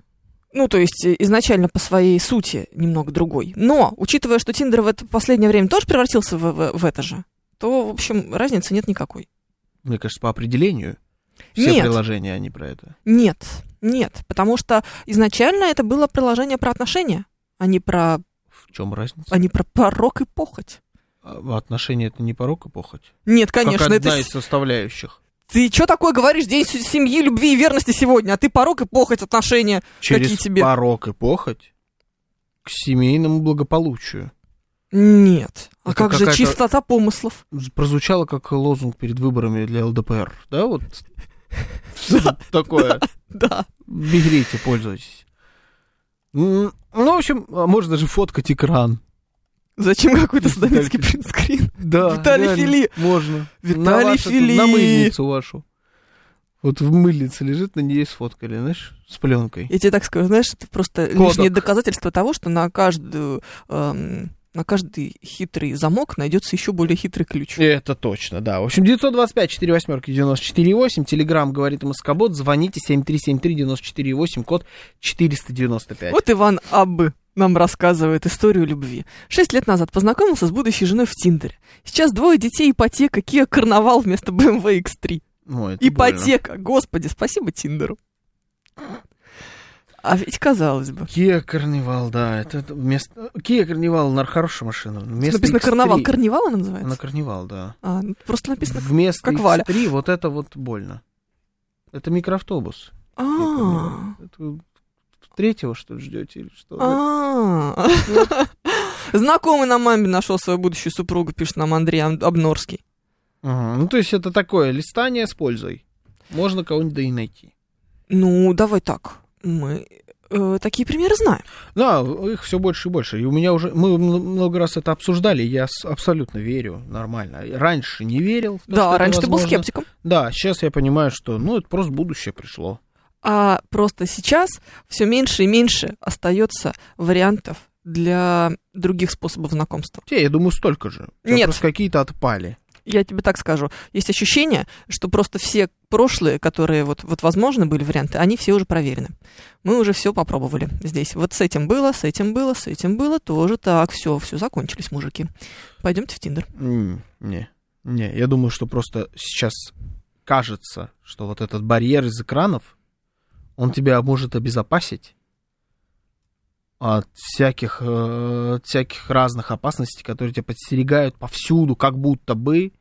Ну, то есть э, изначально по своей сути немного другой. Но, учитывая, что Тиндер в это последнее время тоже превратился в, в- в это же, то, в общем, разницы нет никакой.
Мне кажется, по определению. Все
Нет.
приложения, они про это.
Нет, нет, потому что изначально это было приложение про отношения, а не про,
В чем разница?
а не про порок и похоть.
А Отношения это не порог и похоть.
Нет, конечно,
как
это...
одна
с-
из составляющих.
Ты что такое говоришь? День с- семьи, любви и верности сегодня, а ты порок и похоть отношения.
Через
Какие тебе?
порог и похоть к семейному благополучию.
Нет. А
Это
как же
какая-то-
чистота помыслов?
Прозвучало как лозунг перед выборами для ЛДПР. Да, вот Что тут такое.
Да.
Берите, пользуйтесь. М, Ну, в общем, а можно же фоткать экран.
Зачем какой-то садоминский
Виталий-
принтскрин?
Да,
Виталий
реально,
Фили.
Можно.
Виталий
на вашу эту-
Фили.
На мыльницу вашу. Вот в мыльнице лежит, на ней сфоткали, знаешь, с пленкой.
Я тебе так скажу, знаешь, это просто
Кодек.
лишнее доказательство того, что на каждую эм, на каждый хитрый замок найдется еще более хитрый ключ.
Это точно, да. В общем, 925 4 восьмерки 948, Телеграм говорит Москобот, звоните 7373 948, код 495.
Вот Иван Аббы нам рассказывает историю любви. Шесть лет назад познакомился с будущей женой в Тиндере. Сейчас двое детей, ипотека, Kia Карнавал вместо BMW X3.
Ой, это больно.
Ипотека, господи, спасибо Тиндеру. А ведь казалось бы.
Киа Карнивал, да, это это вместо... Киа Карнивал, на хорошая машина. Вместо
написано
X3.
карнавал. Карнивал она
На
называется?
Карнивал, да.
А, ну, просто написано...
Вместо
как
X3
Валя.
вот это вот больно. Это микроавтобус. Киа
А,
Карнивал. Это вы Третьего, что ли, ждете или что?
а. Знакомый на маме нашел свою будущую супругу, пишет нам Андрей Ам- Обнорский.
Ага, Ну, то есть это такое листание с пользой. Можно кого-нибудь да и найти.
Ну, давай так. Мы э, такие примеры знаем.
Да, их все больше и больше. И у меня уже мы мно- много раз это обсуждали. Я с- абсолютно верю, нормально. Раньше не верил. в то, что
да,
это
раньше ты был
возможно.
скептиком.
Да, сейчас я понимаю, что ну это просто будущее пришло.
А просто сейчас все меньше и меньше остается вариантов для других способов знакомства.
Те, я думаю, столько же. У тебя
Нет.
Просто какие-то отпали.
я тебе так скажу, есть ощущение, что просто все прошлые, которые вот, вот возможны были варианты, они все уже проверены. Мы уже все попробовали здесь. Вот с этим было, с этим было, с этим было, тоже так, все, все, закончились, мужики. Пойдемте в Тиндер.
М, Не, не, я думаю, что просто сейчас кажется, что вот этот барьер из экранов, он тебя может обезопасить от всяких, э, от всяких разных опасностей, которые тебя подстерегают повсюду, как будто бы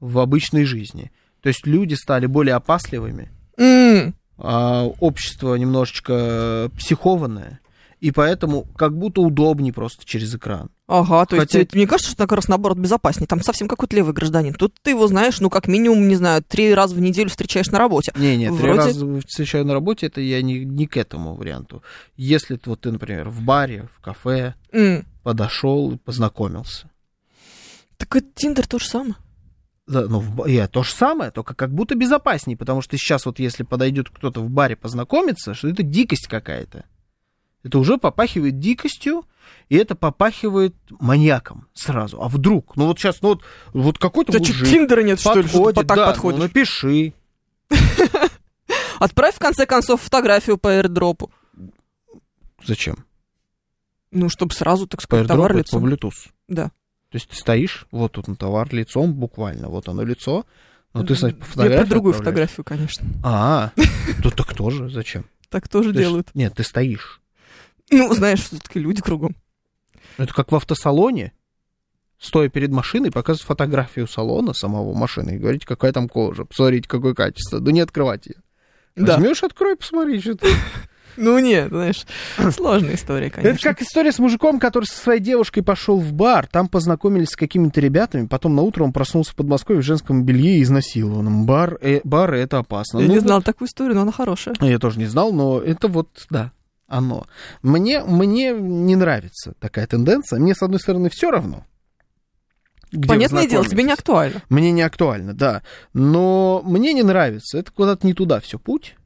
в обычной жизни. То есть люди стали более опасливыми,
М,
а общество немножечко э, психованное, и поэтому как будто удобнее просто через экран.
Ага, то
Хотя-
есть тебе- мне кажется, что как раз наоборот безопаснее. Там совсем какой-то левый гражданин. Тут ты его знаешь, ну, как минимум, не знаю, три раза в неделю встречаешь на работе.
Не, не, три
Вроде-
раза встречаю на работе, это я не, не к этому варианту. Если т- вот ты, например, в баре, в кафе
М,
подошел и познакомился.
Так это Тиндер то же самое.
Да, ну, в ба- я то же самое, только как будто безопаснее, потому что сейчас вот если подойдет кто-то в баре познакомиться, что это дикость какая-то. Это уже попахивает дикостью, и это попахивает маньяком сразу. А вдруг? Ну вот сейчас, ну вот, вот какой-то
У тебя что,
мужик
Тиндера нет, что ли? что ты
подходит,
по- так
да, ну
подходишь?
напиши.
Отправь, в конце концов, фотографию по аирдропу.
Зачем?
Ну, чтобы сразу, так
По
сказать,
airdrop
товар
это
лицом.
по Bluetooth.
Да.
То есть ты стоишь, вот тут на товар лицом, буквально, вот оно лицо, но ну, ты, значит, по
Я
фотографии
про другую
отправляешь.
фотографию, конечно.
А, ну так тоже, зачем?
Так тоже
То есть-
делают.
Нет, ты стоишь.
Ну, знаешь, все-таки люди кругом.
Ну, Это как в автосалоне, стоя перед машиной, показывать фотографию салона самого машины и говорить, какая там кожа, посмотрите, какое качество, да не открывать ее.
Да.
Возьмешь, открой, посмотри, что ты.
Ну, нет, знаешь, сложная история,
Это
конечно.
как история с мужиком, который со своей девушкой пошел в бар, там познакомились с какими-то ребятами, потом на утро он проснулся в Подмосковье в женском белье и изнасилованным. Бар, э, бары это опасно.
Я
Ну,
не знала такую историю, но она хорошая.
вот- Я тоже не знал, но это вот, да. оно. Мне, мне не нравится такая тенденция. Мне, с одной стороны, все равно. где вы
Понятное дело, тебе не
знакомитесь.
актуально.
Мне не актуально, да. Но мне не нравится. Это куда-то не туда все путь.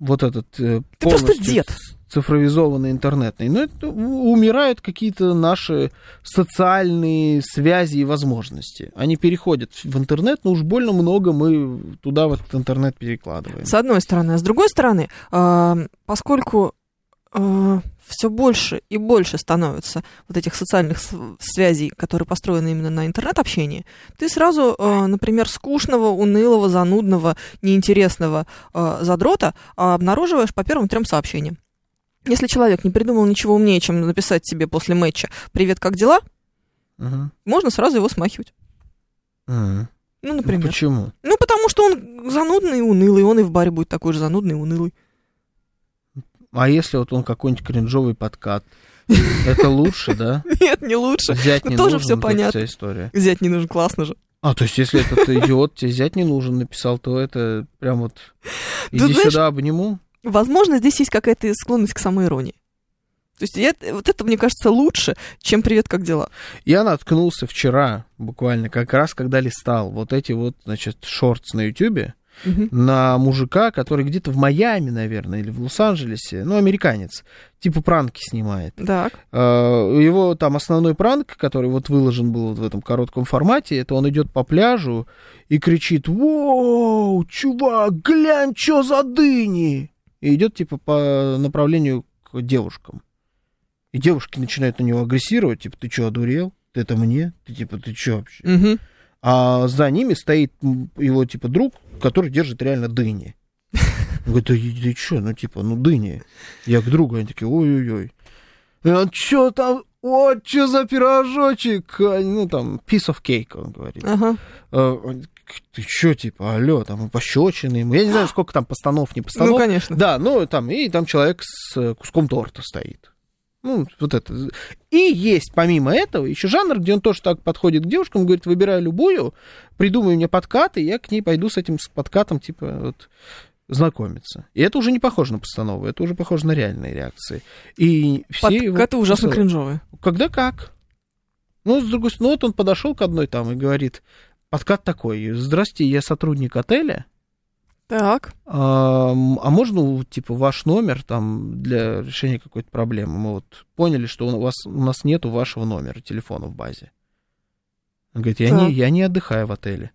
Вот этот э,
Ты просто
полностью
дед.
ц- цифровизованный интернетный. Но это у- умирают какие-то наши социальные связи и возможности. Они переходят в интернет, но уж больно много мы туда в этот интернет перекладываем.
С одной стороны. А с другой стороны, а, поскольку все больше и больше становится вот этих социальных с- связей, которые построены именно на интернет-общении, ты сразу, а, например, скучного, унылого, занудного, неинтересного а, задрота а, обнаруживаешь по первым трем сообщениям. Если человек не придумал ничего умнее, чем написать тебе после матча «Привет, как дела?»,
Мгм.
можно сразу его смахивать.
Мгм.
Ну,
Ну,
например.
почему?
Ну, потому что он занудный и унылый, он и в баре будет такой же занудный и унылый.
А если вот он какой-нибудь кринжовый подкат? Это лучше, да?
Нет, не лучше.
Взять
Ну,
не
тоже
нужен,
всё
вот эта
понятно.
вся история.
Взять не нужно, классно же.
А, то есть, если этот идиот тебе зять не нужен написал, то это прям вот
Ты
иди
знаешь-
сюда, обниму.
Возможно, здесь есть какая-то склонность к самоиронии. То есть я- вот это, мне кажется, лучше, чем «Привет, как дела?».
Я наткнулся вчера, буквально, как раз когда листал вот эти вот, значит, шортс на Ютубе,
Мгм.
на мужика, который где-то в Майами, наверное, или в Лос-Анджелесе, ну, американец, типа пранки снимает.
Так.
Э, Его там основной пранк, который вот выложен был вот в этом коротком формате, это он идет по пляжу и кричит «Воу, чувак, глянь, что за дыни!» И идет типа по направлению к девушкам. И девушки начинают на него агрессировать, типа «Ты что, одурел? Ты это мне? Ты типа, ты что вообще?»
Мгм.
А за ними стоит м, его типа друг, который держит реально дыни. Он говорит, «Да ты что, ну типа, ну дыни. Я к другу, они такие, ой-ой-ой. И он, что там, о, что за пирожочек? А, Ну там, piece of cake, он говорит.
Ага. Ну,
А, он, Ты что, типа, алло, там и пощечины ему. Я не знаю, сколько там постанов, не
Ну,
постанов.
конечно.
Да, ну там и там человек с э, куском торта стоит. Ну, вот это. И есть, помимо этого, еще жанр, где он тоже так подходит к девушкам, говорит, выбирай любую, придумай мне подкаты, я к ней пойду с этим с подкатом, типа, вот, знакомиться. И это уже не похоже на постанову, это уже похоже на реальные реакции. И все его...
Подкаты ужасно
посылают.
кринжовые.
Когда как? Ну, с другой стороны, вот он подошел к одной там и говорит, подкат такой, здрасте, я сотрудник отеля,
Так.
а м, а можно, у- типа, ваш номер там для решения какой-то проблемы? Мы вот поняли, что у вас у нас нету вашего номера телефона в базе. Он говорит, я,
Так.
не, я не отдыхаю в отеле.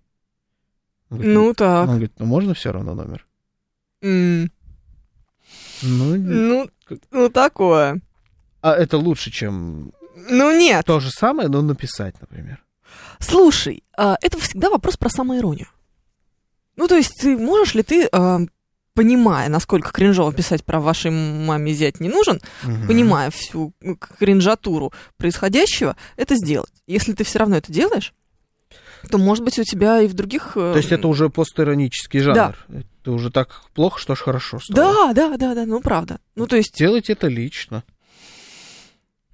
Он говорит,
Ну,
«Ну».
так.
Он говорит, ну можно все равно номер?
М.
Ну,
Ну, ну, такое.
а это лучше, чем
Ну, нет.
то же самое, но написать, например.
Слушай, а, это всегда вопрос про самоиронию. Ну, то есть, ты можешь ли ты, а, понимая, насколько кринжово писать про вашей маме зять не нужен, понимая всю ну, к- кринжатуру происходящего, это сделать. Если ты все равно это делаешь, то, может быть, у тебя и в других... э,
То есть это уже постиронический
Да.
жанр. Это уже так плохо, что ж хорошо стало.
Да, да, да, да, ну правда. Ну то есть,
Делать это лично.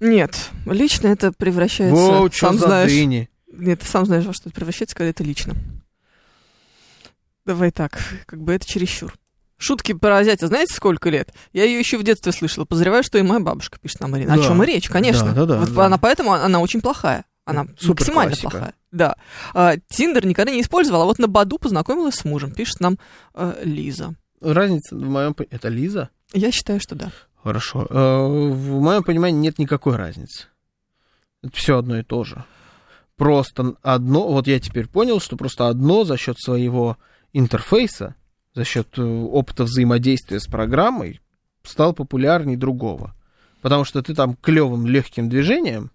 нет, лично это превращается...
Воу, чё
сам
за
знаешь,
дыни.
Нет, ты сам знаешь, во что это превращается, когда это лично. Давай так, как бы это чересчур. Шутки про зятя, знаете, сколько лет? Я ее еще в детстве слышала. Подозреваю, что и моя бабушка пишет нам Марина.
Да.
О чем и речь, конечно.
Да, да, да,
вот
да.
она поэтому она очень плохая. Она
Супер
максимально
классика.
плохая. Да. А, Тиндер никогда не использовала, а вот на Баду познакомилась с мужем, пишет нам э, Лиза.
Разница в моем... Это Лиза?
Я считаю, что да.
Хорошо. Э, В моем понимании нет никакой разницы. Это все одно и то же. Просто одно, вот я теперь понял, что просто одно за счет своего интерфейса, за счет э, опыта взаимодействия с программой, стал популярней другого. Потому что ты там клевым легким движением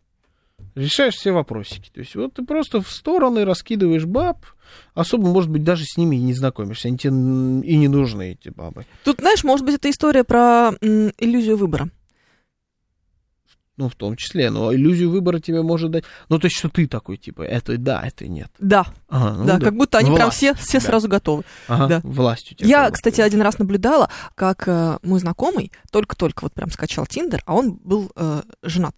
решаешь все вопросики. То есть вот ты просто в стороны раскидываешь баб, особо, может быть, даже с ними и не знакомишься. Они тебе м, и не нужны, эти бабы.
Тут, знаешь, может быть, это история про м, иллюзию выбора.
Ну, в том числе, но иллюзию выбора тебе может дать. Ну, то есть, что ты такой, типа, это да, это нет.
Да,
Ага, ну
да, как будто они прям
Власть,
все, все
да.
сразу готовы.
Ага,
да.
властью тебя
Я,
как будто.
кстати, один раз наблюдала, как э, мой знакомый только-только вот прям скачал Тиндер, а он был э, женат.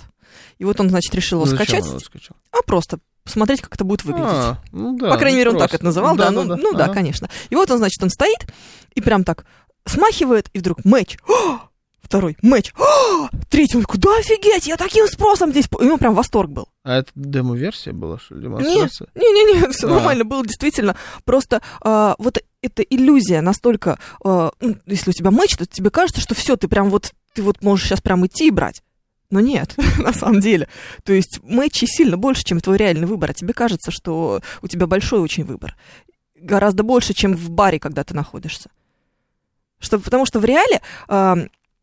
И вот он, значит, решил его
Зачем
скачать,
Ну, она скачала?
а просто посмотреть, как это будет выглядеть.
А, ну да,
По крайней
ну,
мере, он так
просто.
это называл, да, ну, ну да,
ага.
конечно. И вот он, значит, он стоит и прям так смахивает, и вдруг мэч. О, Второй матч. «А! Третий, он такой, да офигеть, я таким спросом здесь... по-» И он прям восторг был.
А это демо-версия была, что ли,
Нет,
демонстрация?
не-не-не, все
А.
нормально было, действительно. Просто а, вот эта иллюзия настолько... а, ну, если у тебя матч, то тебе кажется, что все, ты прям вот... Ты вот можешь сейчас прям идти и брать. Но нет, на самом деле. То есть матчей сильно больше, чем твой реальный выбор. А тебе кажется, что у тебя большой очень выбор. Гораздо больше, чем в баре, когда ты находишься. Что, потому что в реале, а,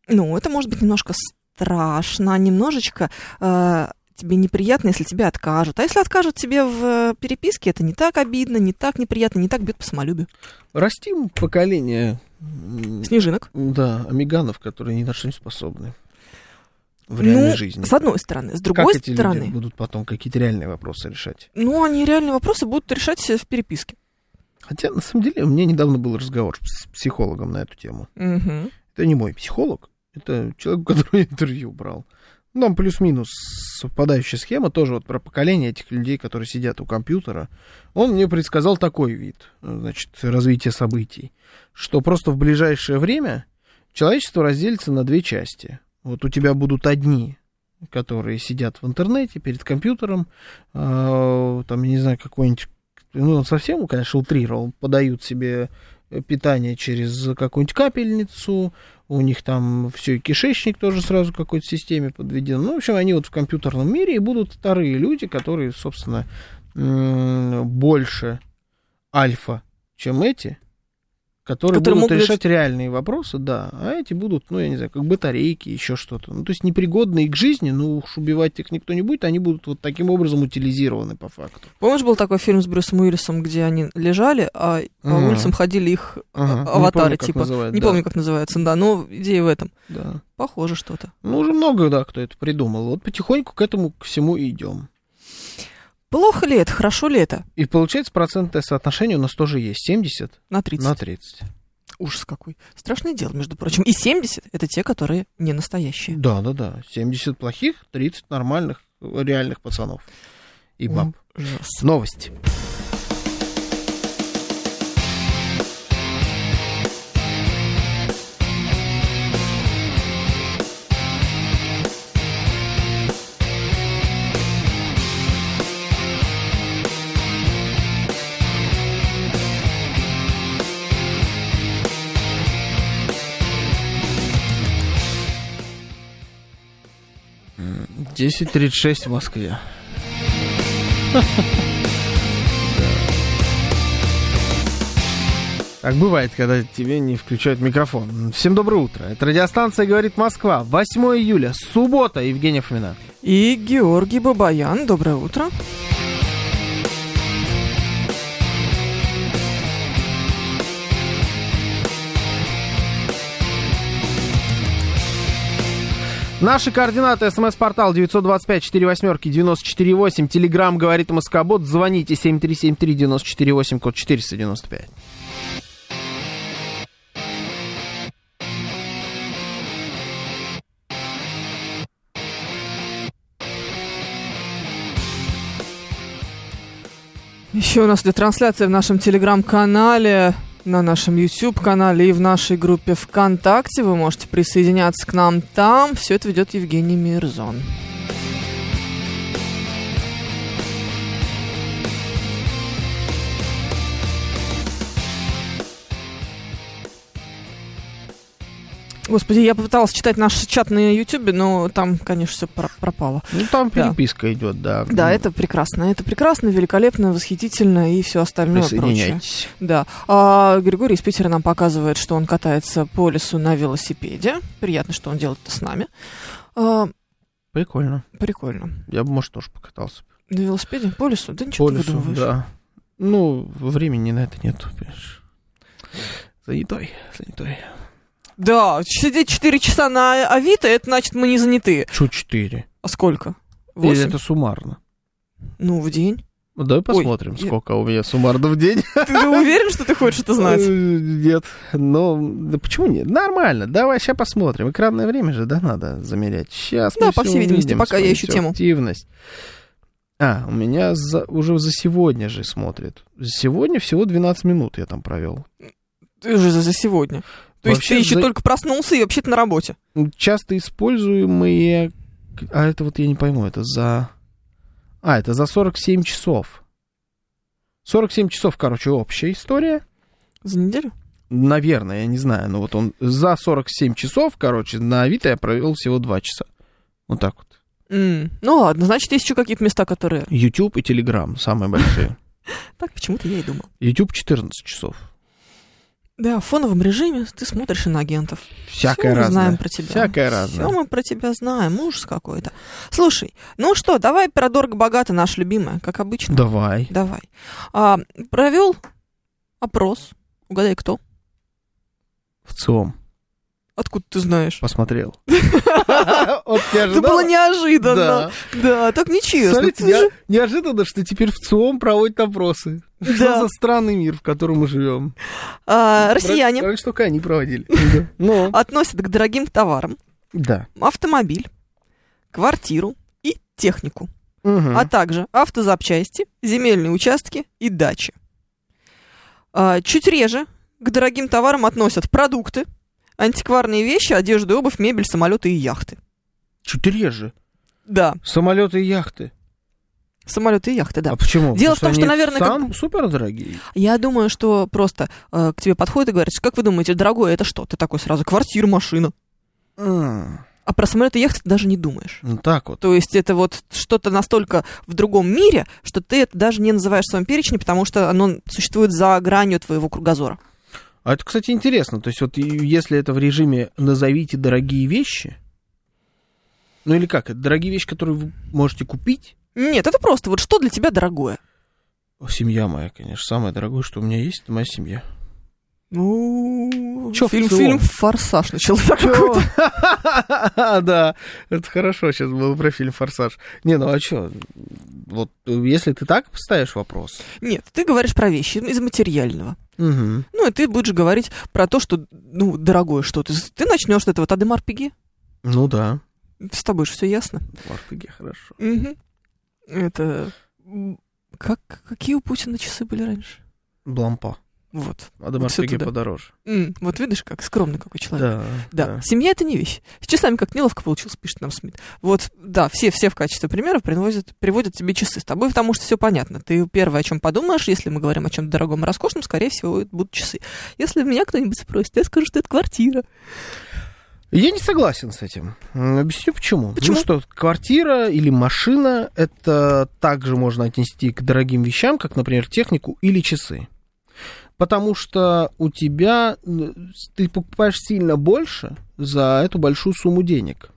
ну, это может быть немножко страшно, немножечко а, тебе неприятно, если тебе откажут. А если откажут тебе в э, переписке, это не так обидно, не так неприятно, не так бьет по самолюбию.
Растим поколение... м,
Снежинок.
Да, амиганов, которые ни на что не способны. В
Ну,
реальной жизни.
С одной стороны. С другой
как эти
стороны,
люди будут потом какие-то реальные вопросы решать?
ну, они реальные вопросы будут решать э, в переписке.
Хотя, на самом деле, у меня недавно был разговор с психологом на эту тему.
Мгм.
Это не мой психолог, это человек, у которого я интервью брал. Ну, Там плюс-минус совпадающая схема, тоже вот про поколение этих людей, которые сидят у компьютера. Он мне предсказал такой вид, э, значит, развития событий, что просто в ближайшее время человечество разделится на две части. Вот у тебя будут одни, которые сидят в интернете перед компьютером, э, там, я не знаю, какой-нибудь, ну, он совсем, конечно, утрировал, подают себе э, питание через какую-нибудь капельницу, у них там все, и кишечник тоже сразу к какой-то системе подведен. Ну, в общем, они вот в компьютерном мире и будут вторые люди, которые, собственно, м, больше альфа, чем эти, которые,
Которые
будут
могут
решать реальные вопросы, да. А эти будут, ну, я не знаю, как батарейки, еще что-то. Ну, то есть непригодные к жизни, ну, уж убивать их никто не будет, они будут вот таким образом утилизированы по факту.
Помнишь, был такой фильм с Брюсом Уиллисом, где они лежали, а по
Мгм.
улицам ходили их э,
Ага, не
аватары,
помню, как
типа.
называют,
не
да,
помню, как называется, да, но идея в этом.
да.
Похоже что-то.
Ну, уже много, да, кто это придумал. Вот потихоньку к этому, к всему и идем.
Плохо ли это, хорошо ли это?
И получается процентное соотношение у нас тоже есть 70
На 30.
на 30.
Ужас какой. Страшное дело, между прочим. И 70 это те, которые не настоящие.
Да, да, да. 70 плохих, 30 нормальных, э, реальных пацанов и баб.
Ужас.
Новости. М, 10.36 в Москве. Так бывает, когда тебе не включают микрофон. Всем доброе утро. Это радиостанция «Говорит Москва». 8 июля, суббота, Евгения Фомина.
И Георгий Бабаян, доброе утро.
Наши координаты. СМС-портал 925-48-94-8. Телеграмм «Говорит Москобот». Звоните 7373-94-8, код 495.
Еще у нас идет трансляция в нашем телеграм-канале, на нашем YouTube-канале и в нашей группе ВКонтакте. Вы можете присоединяться к нам там. Все это ведет Евгений Мирзон. Господи, я попыталась читать наш чат на YouTube, но там, конечно, все пропало.
Ну, там
Да.
переписка идет, да.
Да,
Ну,
это прекрасно. Это прекрасно, великолепно, восхитительно и все остальное прочее.
Ну, Присоединяйтесь.
Да. А, Григорий из Питера нам показывает, что он катается по лесу на велосипеде. Приятно, что он делает это с нами. А,
Прикольно.
прикольно.
Я бы, может, тоже покатался.
На велосипеде? По лесу? Да ничего
По
ты
лесу,
выдумываешь.
да. Ну, времени на это нет, понимаешь. Занятой, занятой.
Да, сидеть 4 часа на Авито, это значит, мы не заняты.
Чу 4.
А сколько?
Или
8?
это суммарно?
Ну, в день.
Ну, давай посмотрим,
я-
сколько у меня суммарно в день.
Ты же уверен, что ты хочешь это знать?
Э, Нет. Ну, да почему нет? Нормально. Давай, сейчас посмотрим. Экранное время же, да, надо замерять. Сейчас
Да, по всей видимости, пока я ищу тему.
Активность. А, у меня за- уже за сегодня же смотрит. Сегодня всего 12 минут я там провел.
Ты же за за сегодня. То
Э,
есть
Вообще
ты еще
за-
только проснулся и вообще-то на работе.
часто используемые... А это вот я не пойму, это за... А, это за 47 часов. 47 часов, короче, общая история.
За неделю?
Наверное, я не знаю, но вот он за 47 часов, короче, на Авито я провел всего 2 часа. Вот так вот.
М, Ну ладно, значит, есть еще какие-то места, которые...
YouTube и Telegram самые большие.
Так почему-то я и думал.
YouTube 14 часов.
Да, в фоновом режиме ты смотришь иноагентов.
Всякое
Всё мы знаем
разное.
про тебя.
Всякое
Все
разное.
мы про тебя знаем, ужас какой-то. Слушай, ну что, давай про дорого-богато, наша любимая, как обычно.
Давай.
Давай. А, провел опрос. Угадай, кто?
В ЦИОМ.
Откуда ты знаешь?
Посмотрел. Вот не
Это
ожидала?
было неожиданно.
Да.
Да, так нечестно.
Смотрите,
Ты
не-
же-
неожиданно, что теперь в ЦИОМ проводят опросы.
Да.
Что за странный мир, в котором мы живем?
А, россияне А
Раньше только они проводили.
относят к дорогим товарам
Да.
автомобиль, квартиру и технику, а также автозапчасти, земельные участки и дачи. А, чуть реже к дорогим товарам относят продукты, антикварные вещи, одежду, обувь, мебель, самолеты и яхты.
Чуть реже.
Да,
Самолеты и яхты.
самолеты и яхты, да.
А почему?
Дело в том,
Потому
что,
они
наверное,
сам супер дорогие.
Я думаю, что просто э, к тебе подходят и говорят, как вы думаете, дорогое это что? Ты такой сразу, квартира, машина. А про самолет и яхты ты даже не думаешь.
Ну так вот.
То есть это вот что-то настолько в другом мире, что ты это даже не называешь в своем перечне, потому что оно существует за гранью твоего кругозора.
А это, кстати, интересно. То есть вот и- если это в режиме «назовите дорогие вещи», ну или как, это дорогие вещи, которые вы можете купить?
Нет, это просто вот что для тебя дорогое.
О, Семья моя, конечно, самое дорогое, что у меня есть, это моя семья.
Ну,
Чё в
фильм,
целом?
фильм «Форсаж» начался какой-то.
Да, это хорошо сейчас было про фильм «Форсаж». Не, ну а что, вот э, если ты так поставишь вопрос...
Нет, ты говоришь про вещи из материального. Ну, и ты будешь говорить про то, что, ну, дорогое что-то. Ты начнешь с этого Тадемар Пиги.
Ну да,
С тобой же все ясно.
в Артыге хорошо.
Мгм. Это... м, Как, какие у Путина часы были раньше?
Блампа.
Вот.
А до
Вот всё
Артыге
туда.
подороже.
М, Вот видишь, как скромный какой человек.
Да,
Семья — это не вещь. С часами как неловко получилось, пишет нам Смит. Вот, да, все, все в качестве примеров привозят, приводят тебе часы. С тобой потому что все понятно. Ты первое, о чем подумаешь, если мы говорим о чем-то дорогом и роскошном, скорее всего, это будут часы. Если меня кто-нибудь спросит, я скажу, что это квартира.
Я не согласен с этим. М, Объясню почему.
Почему?
Ну что, квартира или машина это также можно отнести к дорогим вещам, как, например, технику или часы. Потому что у тебя м, с- ты покупаешь сильно больше за эту большую сумму денег,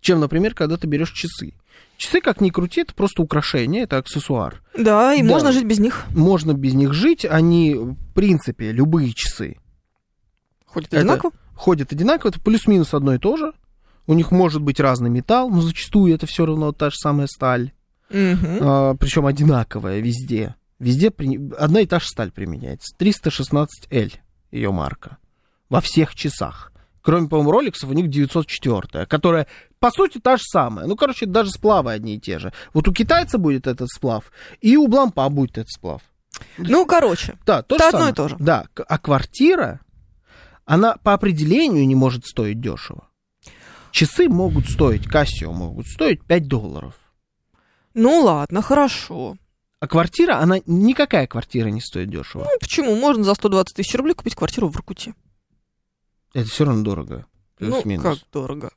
чем, например, когда ты берешь часы. Часы, как ни крути, это просто украшение, это аксессуар
Да, и
Да.
можно жить без них.
можно без них жить, они, в принципе, любые часы
Ходят
Это-
одинаково.
ходят одинаково, это плюс-минус одно и то же. У них может быть разный металл, но зачастую это все равно та же самая сталь, А,
Мгм.
причем одинаковая везде. Везде при- одна и та же сталь применяется. 316L ее марка во всех часах. Кроме, по-моему, роликсов, у них 904, которая, по сути, та же самая. Ну, короче, даже сплавы одни и те же. Вот у китайца будет этот сплав, и у Блампа будет этот сплав.
Ну, короче,
Да, то
Это
же
одно
самое.
и то же.
Да, к- а квартира, она по определению не может стоить дешево. Часы могут стоить, Casio могут стоить 5 долларов.
ну ладно, хорошо.
А квартира, она, никакая квартира не стоит дешево.
Ну, почему? Можно за 120 тысяч рублей купить квартиру в Иркуте.
Это все равно дорого.
Ну,
Плюс-минус.
как дорого.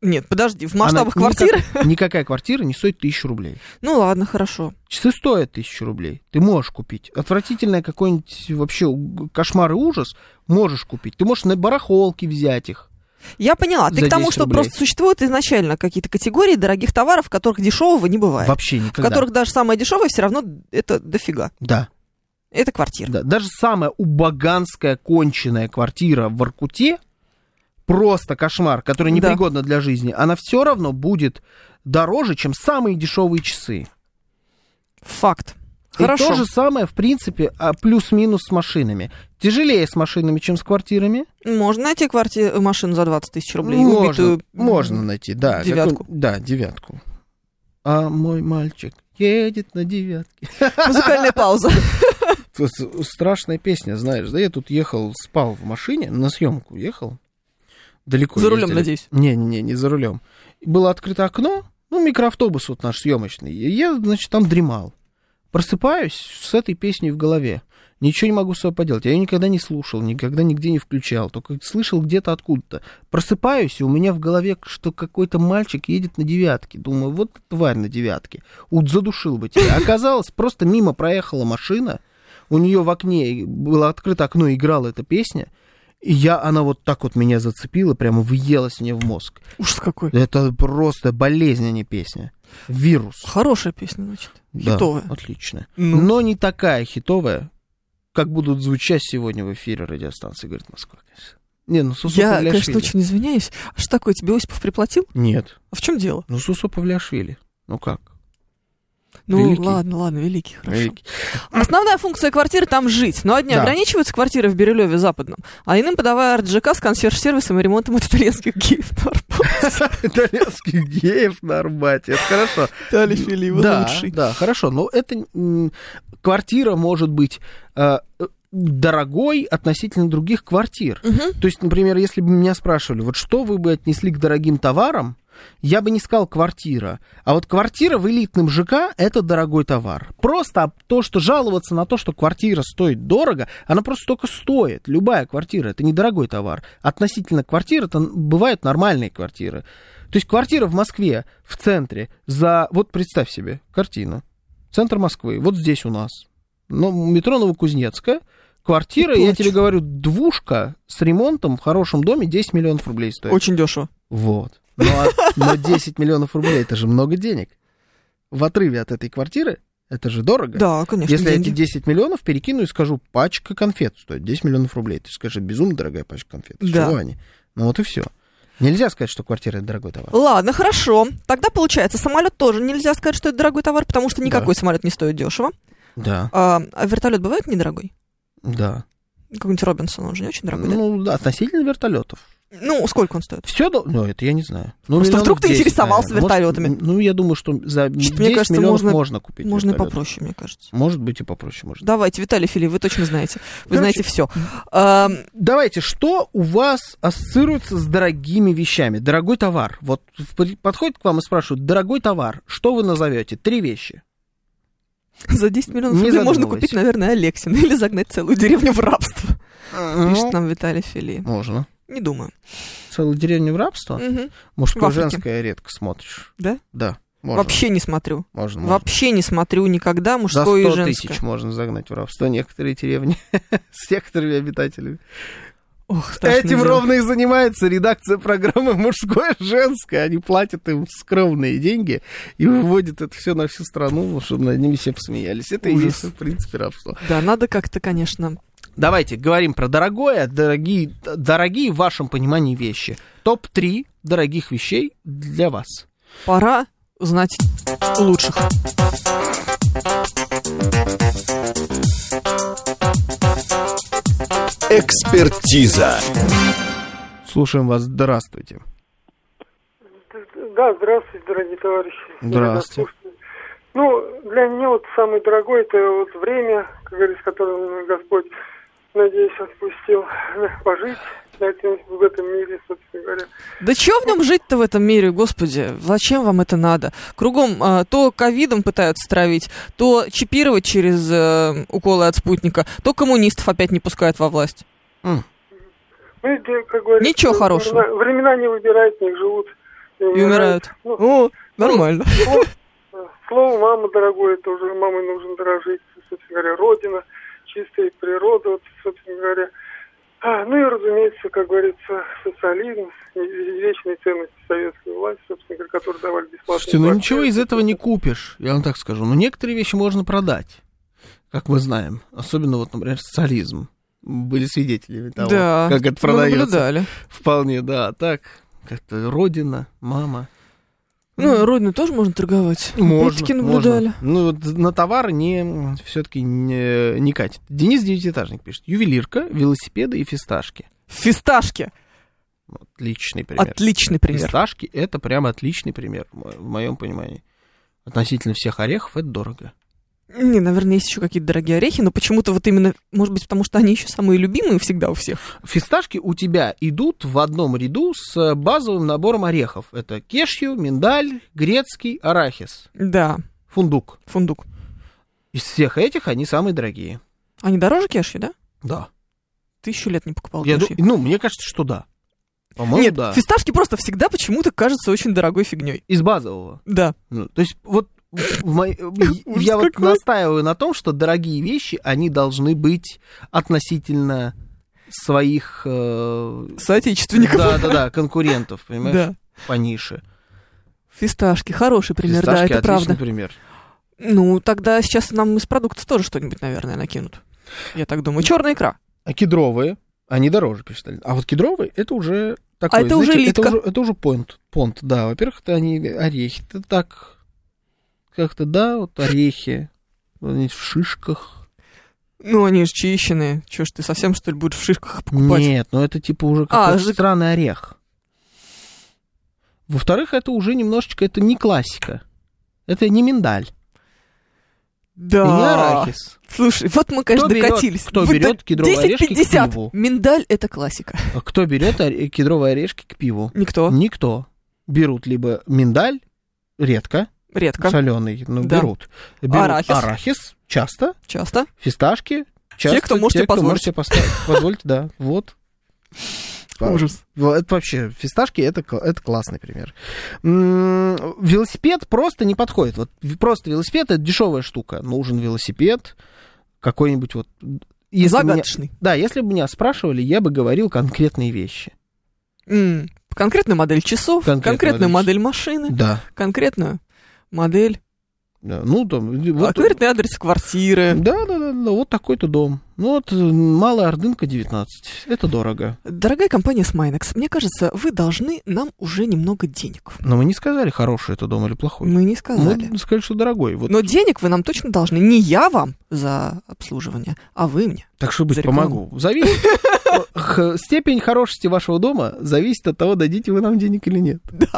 Нет, подожди, в масштабах квартиры?
Никакая квартира не стоит 1000 рублей.
Ну, ладно, хорошо.
Часы стоят 1000 рублей. Ты можешь купить. Отвратительное какой-нибудь вообще у- кошмар и ужас можешь купить. Ты можешь на барахолке взять их.
Я поняла. Ты
За
к тому,
10
что
рублей.
просто существуют изначально какие-то категории дорогих товаров, в которых дешевого не бывает.
Вообще
в
никогда.
которых даже самое дешевое все равно это дофига.
Да.
Это квартира.
Да, даже самая убаганская конченная квартира в Воркуте, просто кошмар, который
Да.
непригодна для жизни, она все равно будет дороже, чем самые дешевые часы.
Факт.
И
Хорошо.
то же самое, в принципе, а, плюс-минус с машинами. Тяжелее с машинами, чем с квартирами.
Можно найти квартиру, машину за 20 тысяч рублей?
можно,
убитую-
можно найти, да.
девятку.
какую- да, девятку. А мой мальчик едет на девятке.
Музыкальная пауза.
Вот Страшная песня, знаешь, да? Я тут ехал, спал в машине, на съемку ехал. Далеко
За рулем,
ездили.
надеюсь.
Не-не-не, не за рулем. Было открыто окно, ну, микроавтобус вот наш съемочный. И я, значит, там дремал. Просыпаюсь с этой песней в голове. Ничего не могу с собой поделать. Я ее никогда не слушал, никогда нигде не включал. Только слышал где-то откуда-то. Просыпаюсь, и у меня в голове, что какой-то мальчик едет на девятке. Думаю, вот тварь на девятке. Вот задушил бы тебя. Оказалось, просто мимо проехала машина. У нее в окне было открыто окно, и играла эта песня. И я, она вот так вот меня зацепила, прямо въелась мне в мозг.
Ужас какой.
Это просто болезнь, а не песня. Вирус.
Хорошая песня, значит.
Да,
Хитовая.
отлично.
Ну.
Но не такая хитовая, как будут звучать сегодня в эфире радиостанции, говорит Москва. конечно. Не, ну Сусу
Я,
Павлиашвили.
конечно, очень извиняюсь. А что такое? Тебе Осипов приплатил?
Нет,
А в чем дело?
ну Сусу Павлиашвили. Ну как?
Ну,
Великий.
ладно, ладно, великий, хорошо.
Великий.
Основная функция квартиры там жить. Но одни
Да.
ограничиваются квартиры в Бирюлеве Западном, а иным подавая РДЖК с консьерж-сервисом и ремонтом итальянских геев на
Итальянских геев на Арбате, это хорошо.
Арбатале Филиппа
да,
лучший.
да, хорошо, но это м, квартира может быть э, э, дорогой относительно других квартир.
Мгм.
То есть, например, если бы меня спрашивали, вот что вы бы отнесли к дорогим товарам, я бы не сказал квартира. А вот квартира в элитном ЖК – это дорогой товар. Просто об- то, что жаловаться на то, что квартира стоит дорого, она просто только стоит. Любая квартира – это недорогой товар. Относительно квартир это н- бывают нормальные квартиры. То есть квартира в Москве, в центре, за... Вот представь себе картину. Центр Москвы, вот здесь у нас. Ну, метро Новокузнецкая. Квартира,
И
я
плачь.
тебе говорю, двушка с ремонтом в хорошем доме 10 миллионов рублей стоит.
Очень дешево.
Вот. Ну, а- Но 10 миллионов рублей это же много денег. В отрыве от этой квартиры это же дорого.
Да, конечно,
Если я эти
деньги.
10 миллионов перекину и скажу, пачка конфет стоит 10 миллионов рублей, ты скажешь, безумно дорогая пачка конфет. С
Да.
Чего они? Ну вот и все. Нельзя сказать, что квартира это дорогой товар.
Ладно, хорошо. Тогда получается, самолет тоже нельзя сказать, что это дорогой товар, потому что никакой самолет не стоит дешево.
Да,
А, а вертолет бывает недорогой?
да.
Какой-нибудь Робинсон, он же не очень дорогой, да?
Ну, да, относительно вертолетов.
Ну, сколько он стоит?
Все, ну, это я не знаю. Ну,
Просто
миллионов
вдруг ты
10,
интересовался
наверное. Может,
вертолетами.
м, ну, я думаю, что за
мне
10
кажется,
миллионов
можно-
можно, купить
Можно и
вертолет.
попроще, мне кажется.
Может быть и попроще, может.
Давайте, Виталий Филип, вы точно знаете. Вы
Короче,
знаете А, все.
Давайте, что у вас ассоциируется с дорогими вещами? Дорогой товар. Вот в- при- подходят к вам и спрашивают, дорогой товар, что вы назовете? Три вещи.
за 10 миллионов
Не
рублей можно
задумывайся.
купить, наверное, Алексин или загнать целую деревню в рабство. Пишет
Ну,
нам Виталий Филип.
Можно.
Не думаю.
Целую деревню в рабство?
Мгм. В
Мужское,
Африке.
женское редко смотришь.
Э, Да?
Да. Можно.
Вообще не смотрю.
Можно. можно.
Вообще не смотрю никогда
За
мужское и
100
женское.
тысяч можно загнать в рабство некоторые деревни с некоторыми обитателями.
Ох, страшное
Этим
дело.
ровно и занимается редакция программы «Мужское, женское». Они платят им скромные деньги и выводят это все на всю страну, ну, чтобы над ними все посмеялись. Это и
Ужас.
есть, в принципе, рабство.
Да, надо как-то, конечно.
Давайте говорим про дорогое, дорогие, д- дорогие в вашем понимании вещи. Топ-3 дорогих вещей для вас.
Пора узнать лучших.
Экспертиза.
Слушаем вас. Здравствуйте.
Да, здравствуйте, дорогие товарищи.
Здравствуйте.
Ну, для меня вот самый дорогой это вот время, как говорится, которое мне Господь, надеюсь, отпустил э, пожить на этом, в этом мире, собственно говоря.
Да чего в нем жить-то в этом мире, господи? Зачем вам это надо? Кругом а, то ковидом пытаются травить, то чипировать через э, уколы от спутника, то коммунистов опять не пускают во власть.
Ну, и, да, как говорится,
Ничего
времена-
хорошего.
Времена не выбирают, не живут. И
И умирают.
Ну,
О, нормально.
слово, э, слово мама дорогое, это уже мамой нужно дорожить, собственно говоря, родина, чистая природа, вот, собственно говоря. А, Ну и, разумеется, как говорится, социализм, и- и вечные ценности советской власти, собственно говоря, которые давали бесплатно.
Слушайте, ну ничего из этого не купишь, я вам так скажу. Но некоторые вещи можно продать, как мы знаем. Особенно вот, например, социализм. Были свидетелями того,
Да.
как это
Мы
Ну, продается.
наблюдали.
Вполне, да. А Так, как-то родина, мама.
Ну, и родину тоже можно торговать. Опять-таки наблюдали.
можно. Ну, вот на товар не, все-таки не, не катит. Денис Девятиэтажник пишет. Ювелирка, велосипеды и фисташки.
Фисташки.
Отличный пример.
Отличный пример.
Фисташки — это прям отличный пример, м- в моем понимании. относительно всех орехов, это дорого.
Не, наверное, есть еще какие-то дорогие орехи, но почему-то вот именно, может быть, потому что они еще самые любимые всегда у всех.
Фисташки у тебя идут в одном ряду с э, базовым набором орехов. Это кешью, миндаль, грецкий, арахис,
Да,
фундук.
фундук.
Из всех этих они самые дорогие.
Они дороже кешью, да?
Да.
Тысячу лет не покупал
Я ду-
кешью.
ну, мне кажется, что да. По-моему,
Нет,
да.
фисташки просто всегда почему-то кажутся очень дорогой фигней.
Из базового.
Да.
Ну, то есть вот в моей- э, я вот
какой.
настаиваю на том, что дорогие вещи, они должны быть относительно своих... э,
Соотечественников.
Да-да-да, конкурентов, понимаешь,
Да.
по нише.
Фисташки, хороший пример, да,
Фисташки
это
отличный
правда.
пример.
Ну, тогда сейчас нам из продуктов тоже что-нибудь, наверное, накинут. Я так
Ну,
думаю. Черная икра.
А кедровые, они дороже, пишет Алина. А вот кедровые, это уже такой,
А это уже
знаете,
элитка.
это уже, это уже понт, понт, да. Во-первых, это они орехи, это так, как-то, да, вот орехи, вот они в шишках.
Ну, они же чищенные. Чё ж ты совсем, что ли, будешь в шишках их покупать?
Нет, ну это типа уже
А,
какой-то
жик-
странный орех. Во-вторых, это уже немножечко, это не классика. Это не миндаль,
Да.
и не арахис.
Слушай, вот мы, конечно,
берет-
докатились.
кто
Вот до
берет кедровые орешки к
10-50.
пиву?
Миндаль — это классика.
А Кто берет оре- кедровые орешки к пиву?
Никто.
Никто. Берут либо миндаль, редко,
Редко.
соленый, но
Да.
берут. Берут
Арахис.
арахис, часто,
Часто.
фисташки, часто.
кто может себе
кто
позволить.
может себе поставить- позволить, да, вот.
Ужас.
Во- Это вообще, фисташки, это, кла- это классный пример. М, Велосипед просто не подходит. Вот в- просто велосипед, это дешевая штука. Нужен велосипед, какой-нибудь вот... Если бы меня-
Загадочный.
да, если бы меня спрашивали, я бы говорил конкретные вещи.
М, Конкретная модель часов,
Конкретная
конкретную
модель
модель машины,
Да.
конкретную модель, а,
Да, Ну, там, и вот...
конкретный адрес квартиры.
Да, да, да, да, вот такой-то дом. Ну, вот э, Малая Ордынка 19. Это дорого.
Дорогая компания Sminex, мне кажется, вы должны нам уже немного денег.
Но мы не сказали, хороший это дом или плохой.
Мы не сказали.
Мы сказали, что дорогой. Ну, Вот.
Но денег вы нам точно должны. Не я вам за обслуживание, а вы мне.
так что быть,
за рекламу.
помогу. Зависит. Х- Степень хорошести вашего дома зависит от того, дадите вы нам денег или нет.
Да.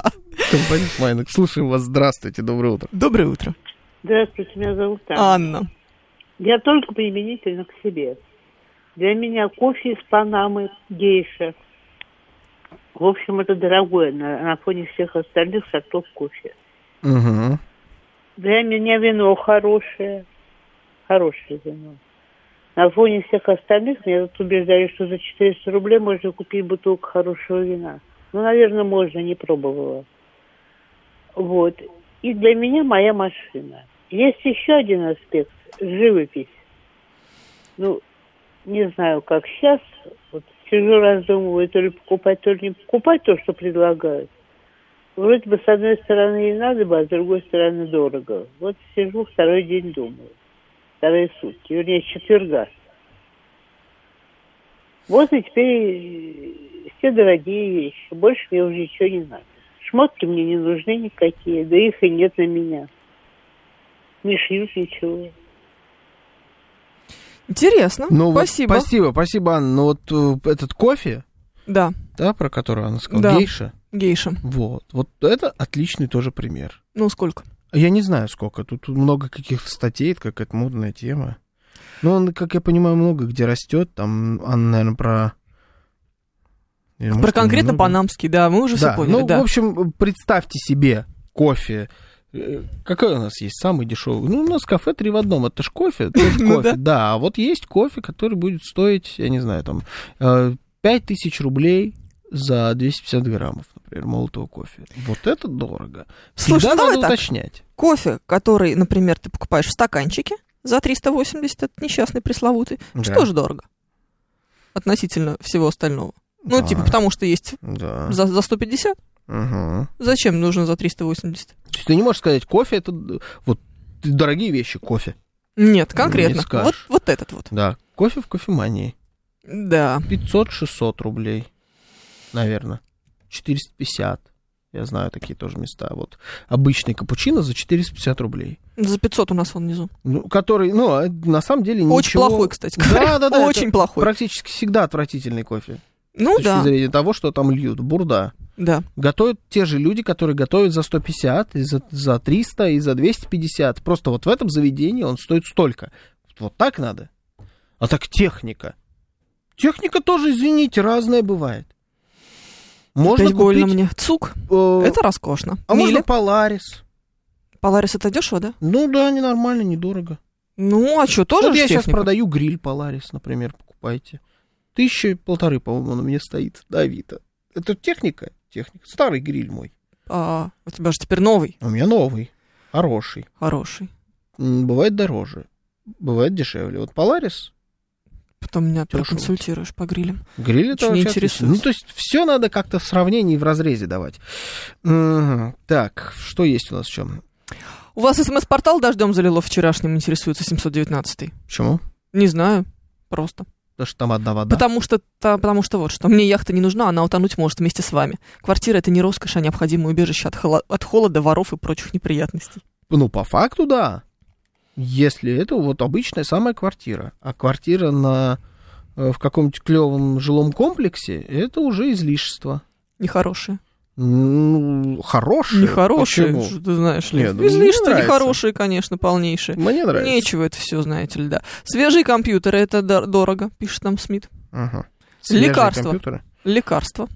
Компания Майнок. Слушаем вас. Здравствуйте, доброе утро.
Доброе утро.
Здравствуйте, меня зовут Анна.
Анна.
Я только применительно к себе. Для меня кофе из Панамы, гейша. В общем, это дорогое на, на фоне всех остальных сортов кофе.
Угу.
Для меня вино хорошее. Хорошее вино. На фоне всех остальных меня тут убеждали, что за 400 рублей можно купить бутылку хорошего вина. Ну, наверное, можно, не пробовала. Вот. И для меня моя машина. Есть еще один аспект – живопись. Ну, не знаю, как сейчас. Вот сижу, раздумываю, то ли покупать, то ли не покупать то, что предлагают. Вроде бы, с одной стороны, и надо бы, а с другой стороны, дорого. Вот сижу, второй день думаю. Вторые сутки. Вернее, с четверга. Вот и теперь э, все дорогие вещи. Больше мне уже ничего не надо. Шмотки мне не нужны никакие, да их и нет на меня. Не шьют ничего.
Интересно.
Ну, вот
Спасибо.
спасибо, спасибо, Анна. Но вот э, этот кофе,
Да,
да, про который она сказала,
Да.
гейша,
гейша.
вот, вот это отличный тоже пример.
Ну, сколько?
Я не знаю, сколько. Тут много каких-то статей, это какая-то модная тема. Но он, как я понимаю, много где растет. Там, Анна, наверное, про... Или,
Про
может,
конкретно
немного.
панамский, да, мы уже все
Да,
поняли,
ну,
да.
в общем, представьте себе кофе. Э, Какой у нас есть самый дешевый? Ну, у нас кафе три в одном. Это ж кофе. это ж
Ну
кофе.
да.
Да, а вот есть кофе, который будет стоить, я не знаю, там, э, пять тысяч рублей за 250 граммов, например, молотого кофе. Вот это дорого.
Слушай,
Всегда
ну давай
надо
так.
уточнять.
Кофе, который, например, ты покупаешь в стаканчике за 380, этот несчастный пресловутый,
Да.
что же дорого относительно всего остального. Ну,
Да. А.
типа, потому что есть
Да.
за, за 150,
Мгм.
зачем нужно за 380?
То есть ты не можешь сказать, кофе это д- вот ты- дорогие вещи, кофе.
Нет, конкретно. вот,
скажешь.
вот этот вот.
Да. Кофе в кофемании.
Да.
500-600 рублей, наверное. 450. Я знаю такие тоже места. Вот обычный капучино за 450 рублей.
За 500 у нас он внизу.
Ну, который, ну, а на самом деле ничего...
Очень плохой,
Да,
кстати.
да, да. это
Очень плохой.
Практически всегда отвратительный кофе.
Ну
с точки
да.
зрения того, что там льют. Бурда.
Да.
готовят те же люди, которые готовят за 150, и за, за 300, и за 250. Просто вот в этом заведении он стоит столько. Вот так надо. А так техника. Техника тоже, извините, разная бывает. Можно
Опять больно
купить...
мне. Цук.
э,
Это роскошно.
А
Мили.
можно Polaris.
Polaris это дешево, да?
Ну да, они нормально, недорого.
Ну, а что, тоже
вот
ж
я сейчас
техника?
продаю гриль Polaris, например, покупайте. Тысяча полторы, по-моему, он у меня стоит. Да, Авито. Это техника? Техника. Старый гриль мой.
А, у тебя же теперь новый,
У меня новый. Хороший.
хороший.
М, Бывает дороже, бывает дешевле. Вот Polaris,
Потом меня
Дешево.
проконсультируешь по грилям.
гриль это
Очень
вообще
интересует.
отлично. Ну, то есть все надо как-то в сравнении и в разрезе давать. Мгм. Так, что есть у нас в чем?
У вас смс-портал дождем залило вчерашним, интересуется 719
Почему?
Не знаю, просто.
Потому что там одна вода.
Потому, что, та- потому что вот что. Мне яхта не нужна, она утонуть может вместе с вами. Квартира — это не роскошь, а необходимое убежище от, холо- от холода, воров и прочих неприятностей.
Ну, по факту, да. Если это вот обычная самая квартира. А квартира на э, в каком-нибудь клевом жилом комплексе, это уже излишество.
Нехорошие.
Ну, хорошее.
Нехорошие,
Почему?
что ты знаешь ли.
Не, ну, мне
Излишества
нравится.
нехорошие, конечно, полнейшие.
Мне нравится.
Нечего это все, знаете ли, да. Свежие компьютеры — это дор- дорого, пишет нам Смит.
Ага.
Лекарства.
Свежие компьютеры.
Лекарства.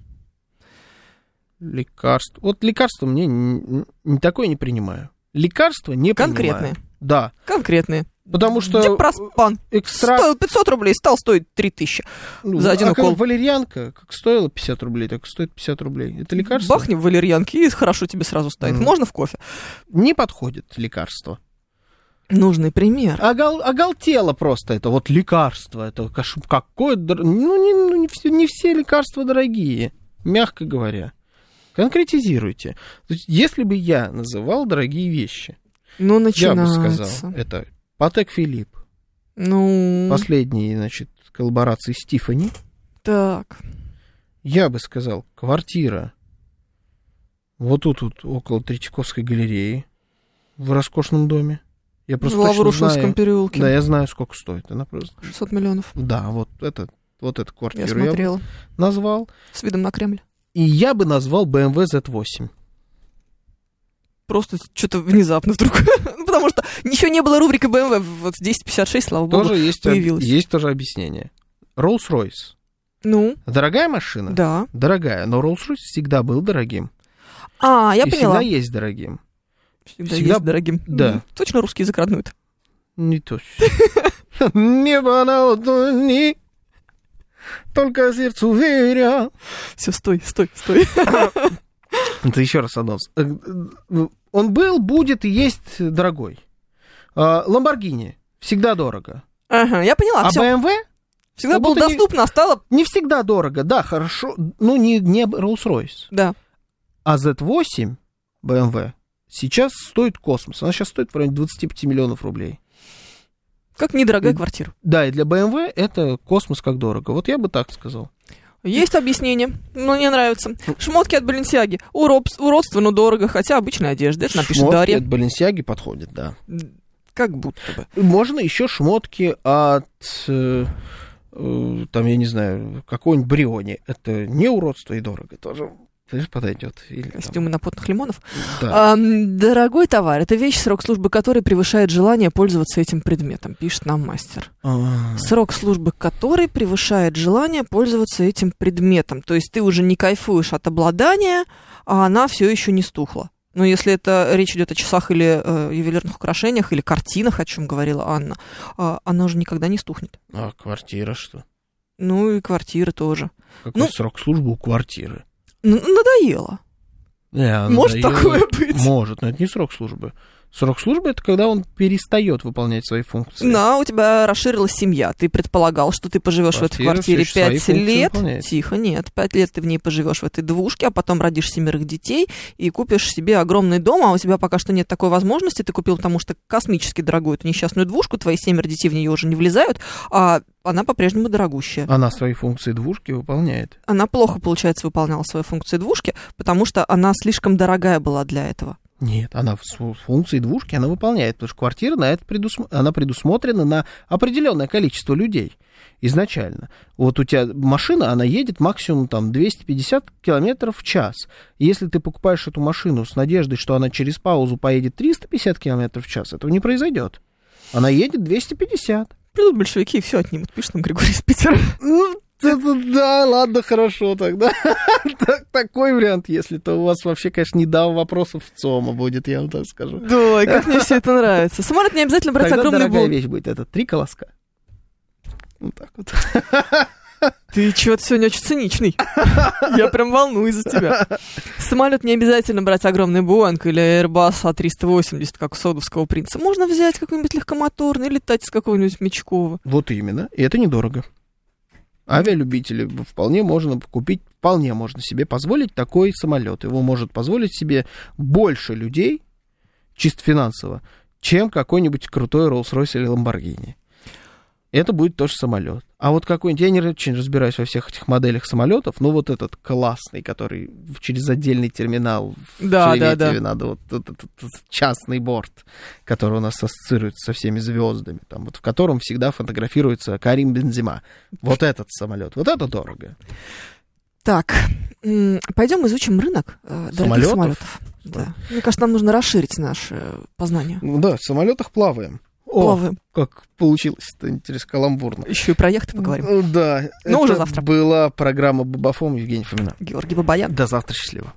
Лекарств. Вот лекарства мне не, не- такое не принимаю. Лекарства не
Конкретные.
принимаю. Да.
Конкретные.
Потому что
Дипроспан
экстракт...
стоил 500 рублей, стал стоить 3000.
ну,
за один
а как
укол.
Валерьянка как стоила 50 рублей, так и стоит 50 рублей. Это лекарство?
Бахни в валерьянки, и хорошо тебе сразу станет.
Мгм.
Можно в кофе.
Не подходит лекарство.
Нужный пример.
Огол- оголтело просто это. Вот лекарство. Это кош- какое... дор- Ну, не, ну, не все, не все лекарства дорогие, мягко говоря. Конкретизируйте. То есть, если бы я называл дорогие вещи,
Ну,
я бы
начинается.
сказал, это Патек Филипп,
Ну,
последней, значит, коллаборации с Тиффани,
так.
я бы сказал, квартира вот тут вот, около Третьяковской галереи, в роскошном доме. Я
Ну, а В
просто точно
Лаврушинском
знаю,
переулке.
да, я знаю, сколько стоит. Она просто...
600 миллионов.
Да, вот это, вот эту
Я
квартиру я, бы
смотрела.
назвал.
С видом на Кремль.
И я бы назвал BMW Z8.
Просто что-то внезапно вдруг. Ну, Потому что еще не было рубрики BMW. Вот в 10.56, слава богу.
тоже есть, об-
появилась.
есть тоже объяснение. Rolls-Royce.
Ну,
Дорогая машина?
да.
Дорогая, но Rolls-Royce всегда был дорогим.
А, я
и
поняла.
всегда есть дорогим.
Всегда
всегда-
есть дорогим.
да.
М, Точно русский язык роднует.
Не точно. Небо на ладони, только сердцу веря.
Все, стой, стой, стой.
Это еще раз анонс. Э, э, Он был, будет и есть дорогой. А, Ламборгини всегда дорого.
Ага, я поняла.
А
всё.
BMW
Всегда
как
было
будто не-
доступно, а стало...
не всегда дорого. Да, хорошо. Ну, не, не Rolls-Royce.
Да.
А Z8 BMW эм сейчас стоит космос. Она сейчас стоит в районе 25 миллионов рублей.
Как недорогая
Мгм.
квартира.
Да, и для BMW это космос как дорого. Вот я бы так сказал.
Есть объяснение, но мне нравится.
Ну.
Шмотки от Баленсиаги. Уроб- Уродство, но дорого, хотя обычная одежда. Это напишет
шмотки
Дарья.
от Balenciaga подходят, да.
М, Как будто бы.
Можно еще шмотки от, э, э, там, я не знаю, какой-нибудь Бриони. Это не уродство и дорого тоже. Тоже подойдет. Или там,
Костюмы на потных лимонов.
да.
Ам, Дорогой товар, это вещь, срок службы которой превышает желание пользоваться этим предметом, пишет нам мастер.
А,
Срок службы которой превышает желание пользоваться этим предметом. То есть ты уже не кайфуешь от обладания, а она все еще не стухла. Но если это речь идет о часах или э, ювелирных украшениях, или картинах, о чем говорила Анна, а, она уже никогда не стухнет.
а квартира что?
Ну и квартира тоже.
Какой
Ну-
срок службы у квартиры?
Н- надоело.
Не,
Может
А надоело.
такое быть?
Может, но это не срок службы. Срок службы это когда он перестает выполнять свои функции.
Да, у тебя расширилась семья. Ты предполагал, что ты поживешь в этой
Квартира
квартире
всё ещё свои
пять
функции
лет.
выполняет.
Тихо, нет. Пять лет ты в ней поживешь в этой двушке, а потом родишь семерых детей и купишь себе огромный дом, а у тебя пока что нет такой возможности. Ты купил, потому что космически дорогую эту несчастную двушку, твои семеро детей в нее уже не влезают, а она по-прежнему дорогущая.
Она свои функции двушки выполняет.
Она плохо, получается, выполняла свою функцию двушки, потому что она слишком дорогая была для этого.
Нет, она в су- функции двушки она выполняет, потому что квартира на это предусм- она предусмотрена на определенное количество людей изначально. Вот у тебя машина, она едет максимум там 250 километров в час. И Если ты покупаешь эту машину с надеждой, что она через паузу поедет 350 километров в час, этого не произойдет. Она едет 250.
Придут большевики и все отнимут, пишет нам Григорий из Питера.
Ну, это да, ладно, хорошо тогда. Так- Такой вариант, если то у вас вообще, конечно, не дам вопросов в ЦОМа будет, я вам так скажу.
Да, как мне все это нравится. Самолет не обязательно брать
Тогда
огромный
дорогая
бомб.
вещь будет, это три колоска. Вот так вот.
Ты чего-то сегодня очень циничный. Я прям волнуюсь за тебя. Самолет не обязательно брать огромный Боинг или Airbus A380, как у Саудовского принца. Можно взять какой-нибудь легкомоторный, летать с какого-нибудь Мечкова.
Вот именно, и это недорого. Авиалюбители вполне можно купить, вполне можно себе позволить такой самолет. Его может позволить себе больше людей, чисто финансово, чем какой-нибудь крутой Rolls-Royce или Lamborghini. Это будет тоже самолет. А вот какой-нибудь, я не очень разбираюсь во всех этих моделях самолетов, но вот этот классный, который в- через отдельный терминал в
Да, да,
Шереметьево
да.
надо, вот этот, этот- этот частный борт, который у нас ассоциируется со всеми звездами, там, вот в котором всегда фотографируется Карим Бензима. Вот этот самолет, вот это дорого.
Так, м, пойдем изучим рынок э, дорогих
Самолетов?
самолетов. Да. Мне кажется, нам нужно расширить наши э, познания.
Ну да, в самолетах плаваем. О,
Плаваем.
как получилось-то, интересно, каламбурно.
Еще и про яхты поговорим.
Ну Да.
Но
это
уже завтра.
была программа Бабафом Евгений Фомина.
Георгий Бабаян.
До завтра, счастливо.